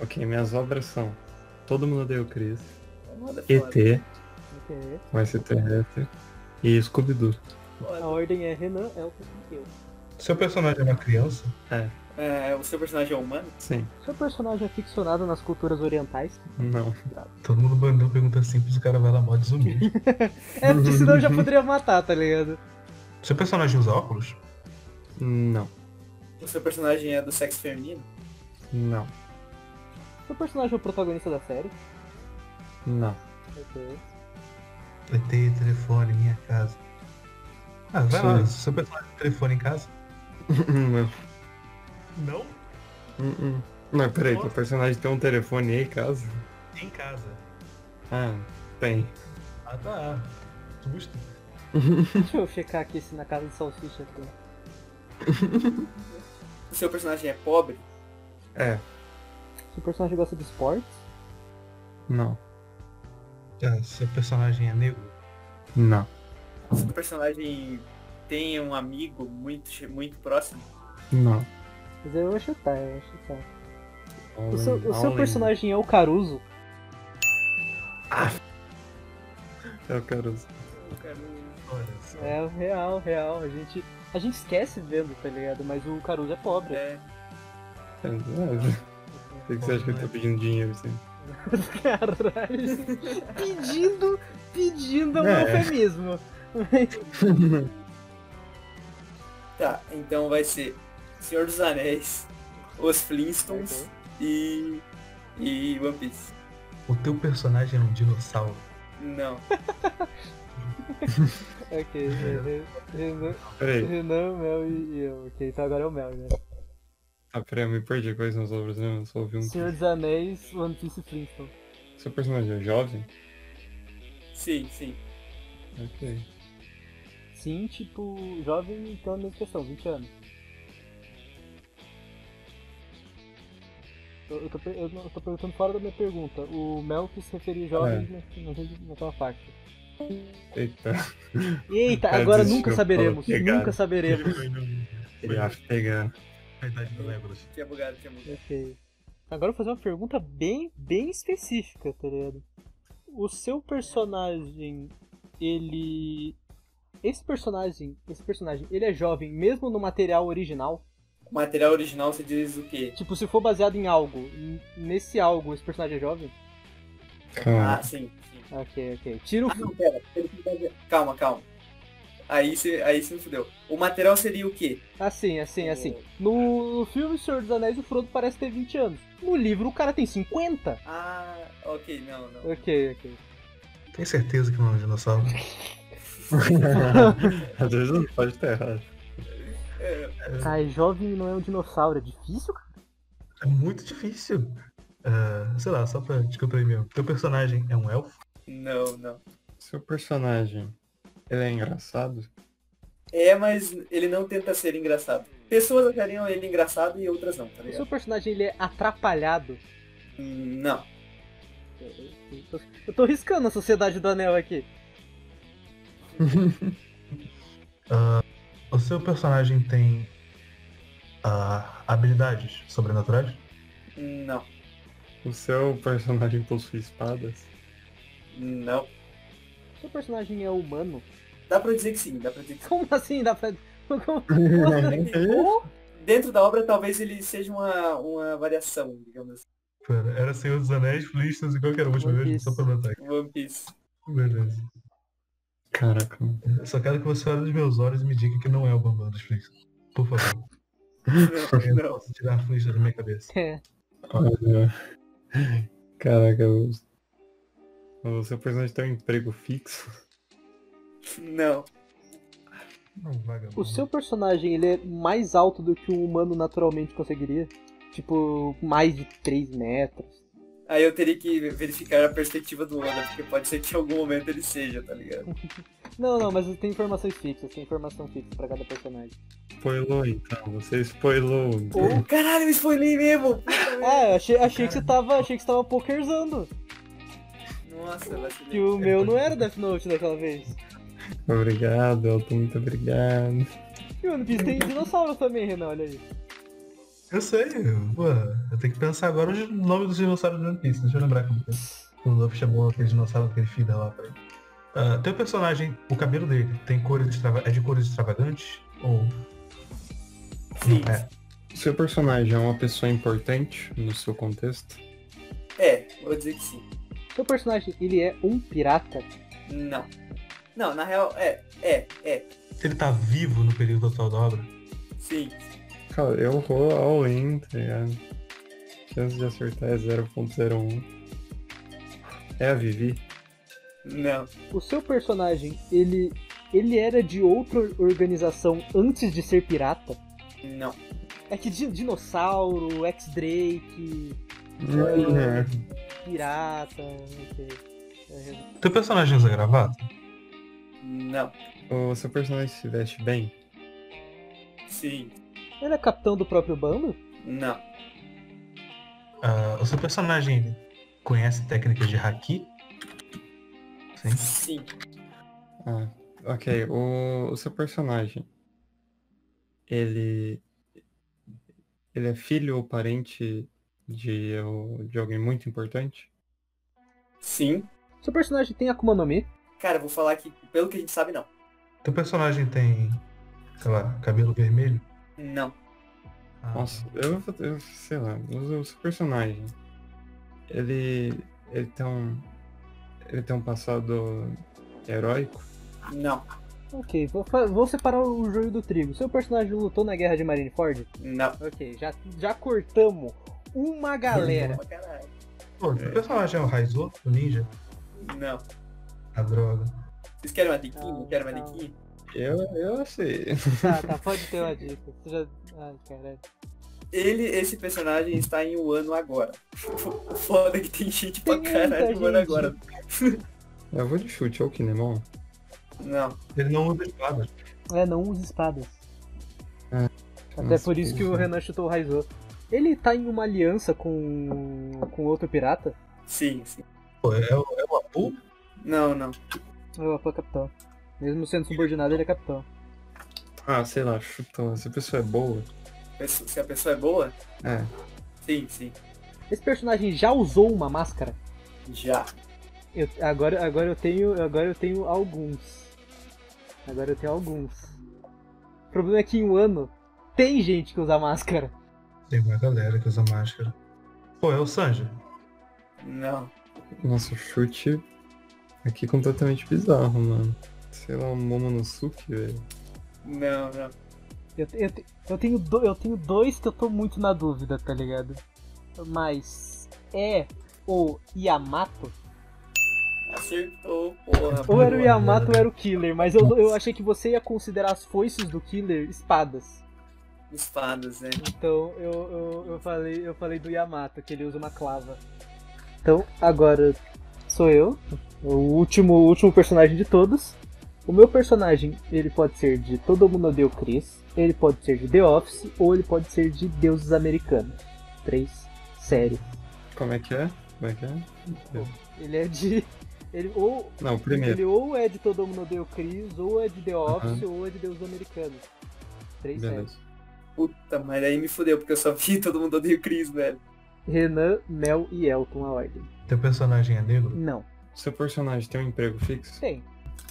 S3: Ok, minhas obras são Todo Mundo Odeia o Chris,
S1: É Nada foda.
S3: ET,
S2: Ok.
S3: o extraterrestre e Scooby-Doo.
S2: A
S1: Foda.
S2: ordem é Renan, Elton e eu.
S4: Seu personagem é uma criança?
S1: É, o seu personagem é humano?
S3: Sim,
S2: Seu personagem é ficcionado nas culturas orientais?
S3: não.
S4: Todo mundo mandou pergunta simples o cara vai lá mó desumilde.
S2: É, porque senão eu já poderia matar, tá ligado?
S4: Seu personagem usa óculos?
S3: Não,
S1: O seu personagem é do sexo feminino?
S3: não,
S2: Seu personagem é o protagonista da série?
S3: não. [laughs]
S2: Ok.
S4: ET, telefone, minha casa. Ah, vai lá. Seu personagem tem telefone em casa?
S3: não.
S4: Não.
S3: Hum, hum. Não, peraí, o personagem tem um telefone aí, caso?
S4: Em casa.
S3: Ah, tem.
S4: Ah, tá. Justo.
S2: [laughs] Deixa eu checar aqui se na casa de salsicha tem.
S1: O seu personagem é pobre?
S3: É,
S2: Seu personagem gosta de esportes?
S3: não,
S4: Ah, seu personagem é negro?
S3: não,
S1: O seu personagem tem um amigo muito, che- muito próximo?
S3: não.
S2: Mas eu vou chutar, eu vou chutar. O
S3: Olhem,
S2: seu, o seu
S3: olhem.
S2: personagem é o Caruso?
S3: É o Caruso.
S1: Eu quero-
S4: Olha só.
S2: É, real, real. A gente, a gente esquece vendo, tá ligado? Mas o Caruso é pobre. [laughs]
S1: É,
S3: [laughs] É, é. Por que que você acha que ele tá pedindo dinheiro assim? [laughs]
S2: Caralho. pedindo, pedindo é um
S3: É.
S2: eufemismo. [laughs]
S1: Tá, então vai ser Senhor dos Anéis, Os Flintstones e. e One Piece.
S4: O teu personagem é um dinossauro?
S1: Não.
S2: Ok, é, é, Renan,
S3: Peraí,
S2: Renan, Mel e e eu. Ok, então agora é o Mel, né?
S3: ah, peraí, eu me perdi quais são os obras mesmo, eu só ouvi um.
S2: Senhor dos Anéis, One Piece e Flintstone.
S3: Seu personagem é jovem?
S1: Sim, sim.
S3: Ok.
S2: Sim, tipo, jovem então a mesma questão, 20 anos. Eu, eu tô, per- eu não- eu tô perguntando fora da minha pergunta. O Mel quis referir jovens na- na- naquela parte.
S3: É. Eita. [laughs]
S2: Eita,
S3: Cara,
S2: agora
S3: desistiu,
S2: nunca
S3: falou
S2: saberemos,
S3: que é garoto.
S2: nunca saberemos.
S3: Ele acha pegar.
S4: A idade do Legolas.
S1: Tinha bugado, tinha bugado.
S2: Ok. Agora eu vou fazer uma pergunta bem, bem específica, tá ligado? O seu personagem, ele. Esse personagem, esse personagem, ele é jovem mesmo no material original?
S1: O material original você diz o quê?
S2: Tipo, se for baseado em algo, n- nesse algo esse personagem é jovem? Ah,
S1: Ah,
S3: Calma.
S1: sim. sim.
S2: Ok, ok. Tira o.
S1: Não, pera. ele tem base- Calma, calma. Aí você aí você me fudeu. O material seria o quê?
S2: Assim,
S1: É.
S2: assim, assim. No filme Senhor dos Anéis, o Frodo parece ter 20 anos. No livro, o cara tem 50.
S1: Ah, ok, não, não.
S2: Ok, ok.
S4: Tem certeza que não é um dinossauro?
S3: [laughs] Às vezes não pode estar errado.
S1: É,
S2: Ah, Ai, jovem não é um dinossauro. É difícil, cara.
S4: É muito difícil. ah, sei lá, só pra descobrir mesmo. Teu personagem é um elfo?
S1: Não, não.
S3: Seu personagem, ele é engraçado?
S1: É, mas ele não tenta ser engraçado. Pessoas achariam ele engraçado e outras não, tá
S2: O
S1: ligado?
S2: seu personagem ele é atrapalhado.
S1: Não.
S2: Eu tô, eu tô riscando a Sociedade do Anel aqui.
S4: O seu personagem tem ah, habilidades sobrenaturais?
S1: Não.
S3: O seu personagem possui espadas?
S1: Não.
S2: O seu personagem é humano? [laughs]
S1: Dá pra dizer que sim, dá pra dizer que sim.
S2: Como assim dá pra. [laughs] Como... como- assim?
S1: Dentro da obra talvez ele seja uma, uma variação, digamos assim.
S4: Pera, era Senhor dos Anéis, Flintstones e qualquer última
S2: One
S4: vez,
S2: Piece.
S4: só pra notar aqui.
S1: One Piece. [laughs]
S4: Beleza.
S3: Caraca.
S4: Eu só quero que você olhe nos meus olhos e me diga que não é o Bambam dos Flintstones. Por favor. Eu não
S1: Não,
S4: posso tirar a Flintstone da minha cabeça.
S2: É.
S3: Olha. Caraca, o... o seu personagem tem um emprego fixo?
S1: não,
S4: Não, vagabundo.
S2: O seu personagem ele é mais alto do que um humano naturalmente conseguiria? Tipo, mais de 3 metros.
S1: não. Aí eu teria que verificar a perspectiva do Oda, porque pode ser que em algum momento ele seja, tá ligado?
S2: Não, não, mas tem informações fixas, tem informação fixa pra cada personagem.
S3: Spoilou então, você spoilou.
S2: Ou-
S1: Caralho, eu spoilei mesmo!
S2: É, achei, achei que você tava. Achei que você tava pokerzando.
S1: Nossa,
S2: Que
S1: vacilei.
S2: o meu não era Death Note daquela vez.
S3: Obrigado, Elton, muito obrigado.
S2: E o One Piece tem dinossauro também, Renan, olha aí.
S4: Eu sei, eu- pô, eu tenho que pensar agora os nomes dos dinossauros de One Piece, deixa eu lembrar como que é. o Luffy chamou aquele dinossauro, aquele fida lá pra ele. Ah, teu personagem, o cabelo dele, tem cores extrava- é de cores extravagantes? Ou
S1: Sim.
S4: não é?
S3: O seu personagem é uma pessoa importante no seu contexto?
S1: É, vou dizer que sim.
S2: Seu personagem, ele é um pirata?
S1: Não. Não, na real, é, é, é.
S4: Ele tá vivo no período total da obra?
S1: Sim.
S3: Cara, eu vou all in, tá ligado? Chance de acertar é 0.01. É a Vivi?
S1: Não.
S2: O seu personagem, ele. Ele era de outra organização antes de ser pirata?
S1: Não.
S2: É que di- dinossauro, ex-Drake,
S3: É.
S2: pirata, não sei. É,
S4: Teu um personagem usa gravata?
S1: Não.
S3: O seu personagem se veste bem?
S1: Sim.
S2: Ele é capitão do próprio bando?
S1: Não.
S4: Ah, o seu personagem ele conhece técnicas de haki? Sim.
S1: Sim.
S3: Ah, ok. O, o seu personagem, ele, ele é filho ou parente de, al- de alguém muito importante?
S1: Sim.
S2: Seu personagem tem Akuma no Mi?
S1: Cara, vou falar que, pelo que a gente sabe, não.
S4: Teu personagem tem, sei lá, cabelo vermelho?
S1: Não.
S4: Ah,
S3: Nossa, eu, vou- eu sei lá. O, o seu personagem, ele, ele tem um, ele tem um passado heróico?
S1: Não.
S2: Ok, vou, fa- vou separar o joio do trigo. Seu personagem lutou na guerra de Marineford?
S1: Não.
S2: Ok, já, já cortamos uma galera.
S1: Pra caralho.
S4: Pô, teu personagem é o Raizo, o ninja?
S1: Não.
S4: A droga.
S1: Vocês querem uma diquinha?
S2: Não,
S1: querem uma
S2: não.
S1: diquinha?
S3: Eu, eu assim, sei.
S2: tá, tá, pode ter uma dica. Você já... Ai, caralho.
S1: Ele, esse personagem, está em um ano agora. Foda é que tem gente pra
S2: Tem muita
S1: caralho um ano
S2: gente.
S1: agora.
S3: [laughs] Eu vou de chute, é o Kinemon.
S1: Não.
S4: Ele não usa espada.
S2: É, não usa espadas.
S3: Ah,
S2: Até
S3: nossa, é.
S2: por isso que o
S3: porra.
S2: Renan chutou o Raizou. Ele tá em uma aliança com, com outro pirata?
S1: Sim, sim.
S4: Pô, é, o- é o Apu?
S1: Não, não.
S2: Ou é capitão? Mesmo sendo subordinado, ele é capitão.
S3: Ah, sei lá, chutou. Essa pessoa é boa?
S1: Pesso- Se a pessoa é boa?
S3: É.
S1: Sim, sim.
S2: Esse personagem já usou uma máscara?
S1: Já.
S2: Eu- agora, agora eu tenho, agora eu tenho alguns. Agora eu tenho alguns. O problema é que em um ano tem gente que usa máscara.
S4: Tem uma galera que usa máscara. Pô, é o Sanji.
S1: Não.
S3: Nossa, o chute aqui é completamente bizarro, mano. Sei lá, um Momonosuke, velho.
S1: Não, não.
S2: Eu, te- eu, te- eu tenho do- eu tenho dois que eu tô muito na dúvida, tá ligado? Mas é o Yamato?
S1: Acertou, porra.
S2: Ou era o
S4: Boa,
S2: Yamato
S4: né?
S2: ou era o Killer, mas eu, eu achei que você ia considerar as foices do Killer espadas.
S1: espadas, né?
S2: Então eu, eu, eu, falei, eu falei do Yamato, que ele usa uma clava. Então agora sou eu, o último, o último personagem de todos. O meu personagem, ele pode ser de Todo Mundo Odeia o Chris, ele pode ser de The Office, ou ele pode ser de Deuses Americanos. Três séries.
S3: Como é que é? Como é que é?
S2: Ele é de... Ele, ou,
S3: Não, o primeiro.
S2: ele ou é de Todo Mundo Odeia o Chris, ou é de The Office, ou é de Deuses Americanos. Três séries.
S3: Beleza.
S1: Puta, mas aí me fudeu, porque eu só vi [laughs] todo mundo odeia o Chris, velho.
S2: Renan, Mel e Elton, a ordem.
S4: Teu personagem é negro?
S2: Não.
S3: Seu personagem tem um emprego fixo?
S2: Tem.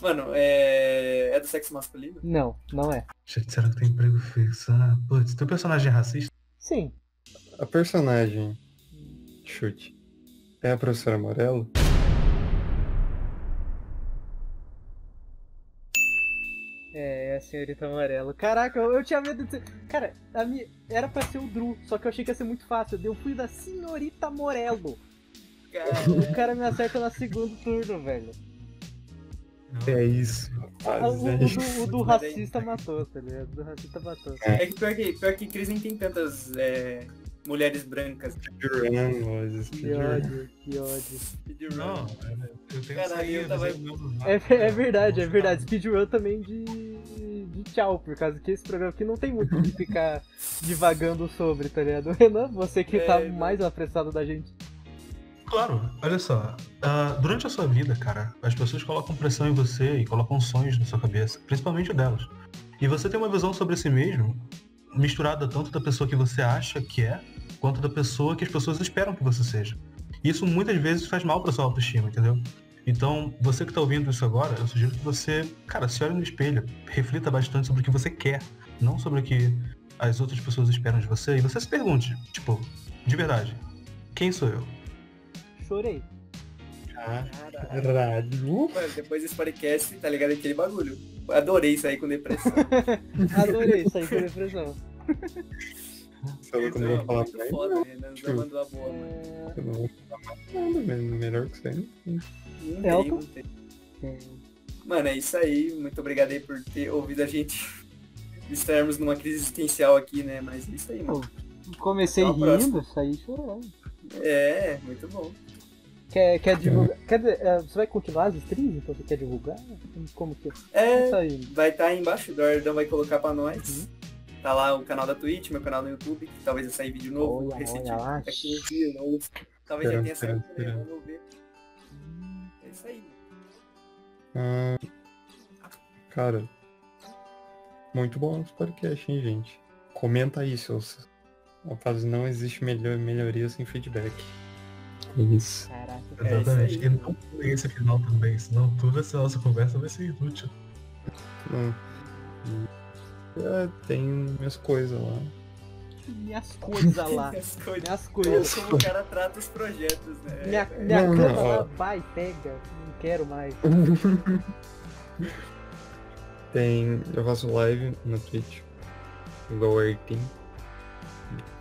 S1: Mano, é. É do sexo masculino?
S2: Não, não é.
S4: Já disseram que tem emprego fixo. Ah, putz, teu personagem é racista?
S2: Sim.
S3: A personagem. Chute. É a professora Morello?
S2: É, é a senhorita amarela. Caraca, eu, eu tinha medo de ser. Cara, a minha... era pra ser o Drew, só que eu achei que ia ser muito fácil. Eu fui da senhorita Morello.
S1: Cara,
S2: O cara me acerta no segundo turno, velho.
S3: É isso,
S2: Ah, O,
S3: rapaz.
S2: o
S3: É
S2: do, o
S3: isso.
S2: do racista matou, tá ligado? O do racista matou.
S1: é que pior que, pior que Chris nem tem tantas é, mulheres brancas.
S3: Speedrun, Moisés,
S2: Que
S3: speedrun.
S2: ódio, que ódio.
S4: Não, eu tenho
S1: Caralho,
S4: saídas,
S1: eu tava-
S4: eu não-
S2: É, é verdade, é verdade. Speedrun também de, de tchau, por causa que esse programa aqui não tem muito de ficar divagando sobre, tá ligado? [laughs] Renan, você que tá
S1: É, não.
S2: mais apressado da gente.
S4: Claro, olha só. ah, durante a sua vida, cara, as pessoas colocam pressão em você e colocam sonhos na sua cabeça, principalmente o delas. E você tem uma visão sobre si mesmo misturada tanto da pessoa que você acha que é, quanto da pessoa que as pessoas esperam que você seja. Isso muitas vezes faz mal pra sua autoestima, entendeu? Então, você que tá ouvindo isso agora, eu sugiro que você, cara, se olhe no espelho, reflita bastante sobre o que você quer, não sobre o que as outras pessoas esperam de você, e você se pergunte, tipo, de verdade, quem sou eu?
S1: [laughs]
S2: Chorei.
S3: Ah, Caralho.
S1: Mano, depois desse podcast, tá ligado? Aquele bagulho. Adorei sair com depressão.
S2: Adorei sair com depressão.
S3: Você louco, não vou falar
S1: muito
S3: pra ele.
S1: foda, Renan. Já mandou a boa, mano.
S2: É,
S3: Eu não vou falar mais nada, mesmo. Melhor que você. não tem.
S1: Não
S2: Elton?
S1: tem, um não tem. Mano, é isso aí. Muito obrigado aí por ter ouvido a gente. [laughs] Estarmos numa crise existencial aqui, né? Mas é isso aí, mano.
S2: Comecei
S1: Até a próxima.
S2: rindo, saí chorando.
S1: É, muito bom.
S2: Quer,
S3: Uhum.
S2: quer divulgar? Quer dizer, é, você vai continuar as streams? Então você quer divulgar? Como que é?
S1: É,
S2: Isso aí.
S1: vai estar aí embaixo, o Dordão vai colocar pra nós.
S2: Uhum.
S1: Tá lá o canal da Twitch, meu canal no YouTube, que talvez eu saia vídeo novo,
S2: Olha,
S1: recente
S2: olha lá.
S1: daqui a 15 dias, ou talvez já tenha
S3: Esperando,
S1: saído, né?
S3: esperando,
S1: vamos ver.
S2: Hum.
S1: É isso aí.
S3: Ah, cara. Muito bom esse podcast, hein, gente? Comenta aí, seus. Rapaz, não existe melhor, melhoria sem feedback. É isso.
S2: Caraca.
S1: É isso
S4: Exatamente.
S1: aí.
S4: e não pulem esse final também, senão toda essa nossa conversa vai ser inútil.
S3: Hum. E- É, tem minhas coisas lá.
S2: Minhas coisas lá.
S1: [laughs] As coisas.
S2: Minhas
S1: Olha
S2: coisas.
S1: Como o cara trata os projetos, né?
S2: Minha,
S1: É,
S2: minha
S3: Não,
S2: cama
S3: não, ó.
S2: lá, vai, pega. Não quero mais.
S3: Tem. Eu faço live na Twitch. Igual o Airteam.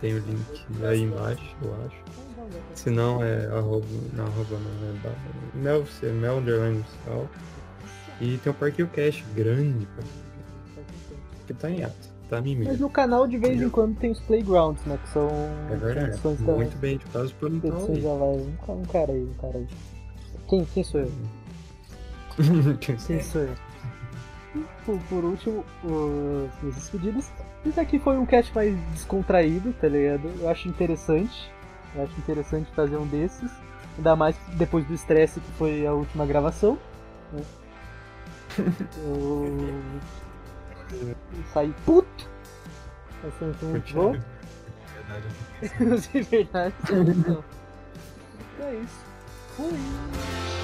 S3: Tem o link aí embaixo, eu acho. Se não é arroba. Não, arroba não é ba- Mel, você é Mel Underline Oficial. E tem um parquinho cash grande, cara, que tá em ato. Tá
S2: Mas
S3: mimimi.
S2: no canal de vez em quando tem os playgrounds, né? Que são
S3: É verdade.
S2: edições da,
S3: Muito bem, de caso por um tal
S2: edições
S3: aí.
S2: da live. Um ca- Um cara aí, um cara aí. Quem, quem sou eu?
S3: [laughs]
S2: Quem sou eu? E, Por, por último, os minhas despedidas. Esse aqui foi um cast mais descontraído, tá ligado? Eu acho interessante. Eu acho interessante fazer um desses. Ainda mais depois do estresse que foi a última gravação. [laughs] né? Eu... eu saí puto. Tá Mas foi muito bom.
S4: Verdade.
S2: [laughs] Não sei é verdade. [laughs] Não. É isso. Fui.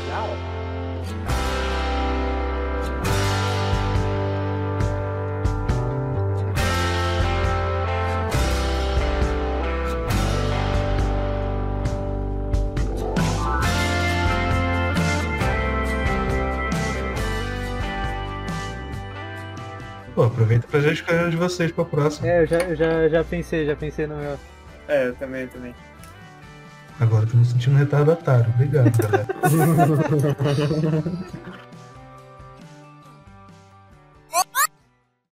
S2: Tchau.
S4: Pô, aproveita pra gente escolher um de vocês pra próxima.
S2: É, eu já, eu já, já pensei, já pensei no meu.
S1: É, eu também, eu também.
S4: Agora eu tô me sentindo retardatário. Obrigado, galera.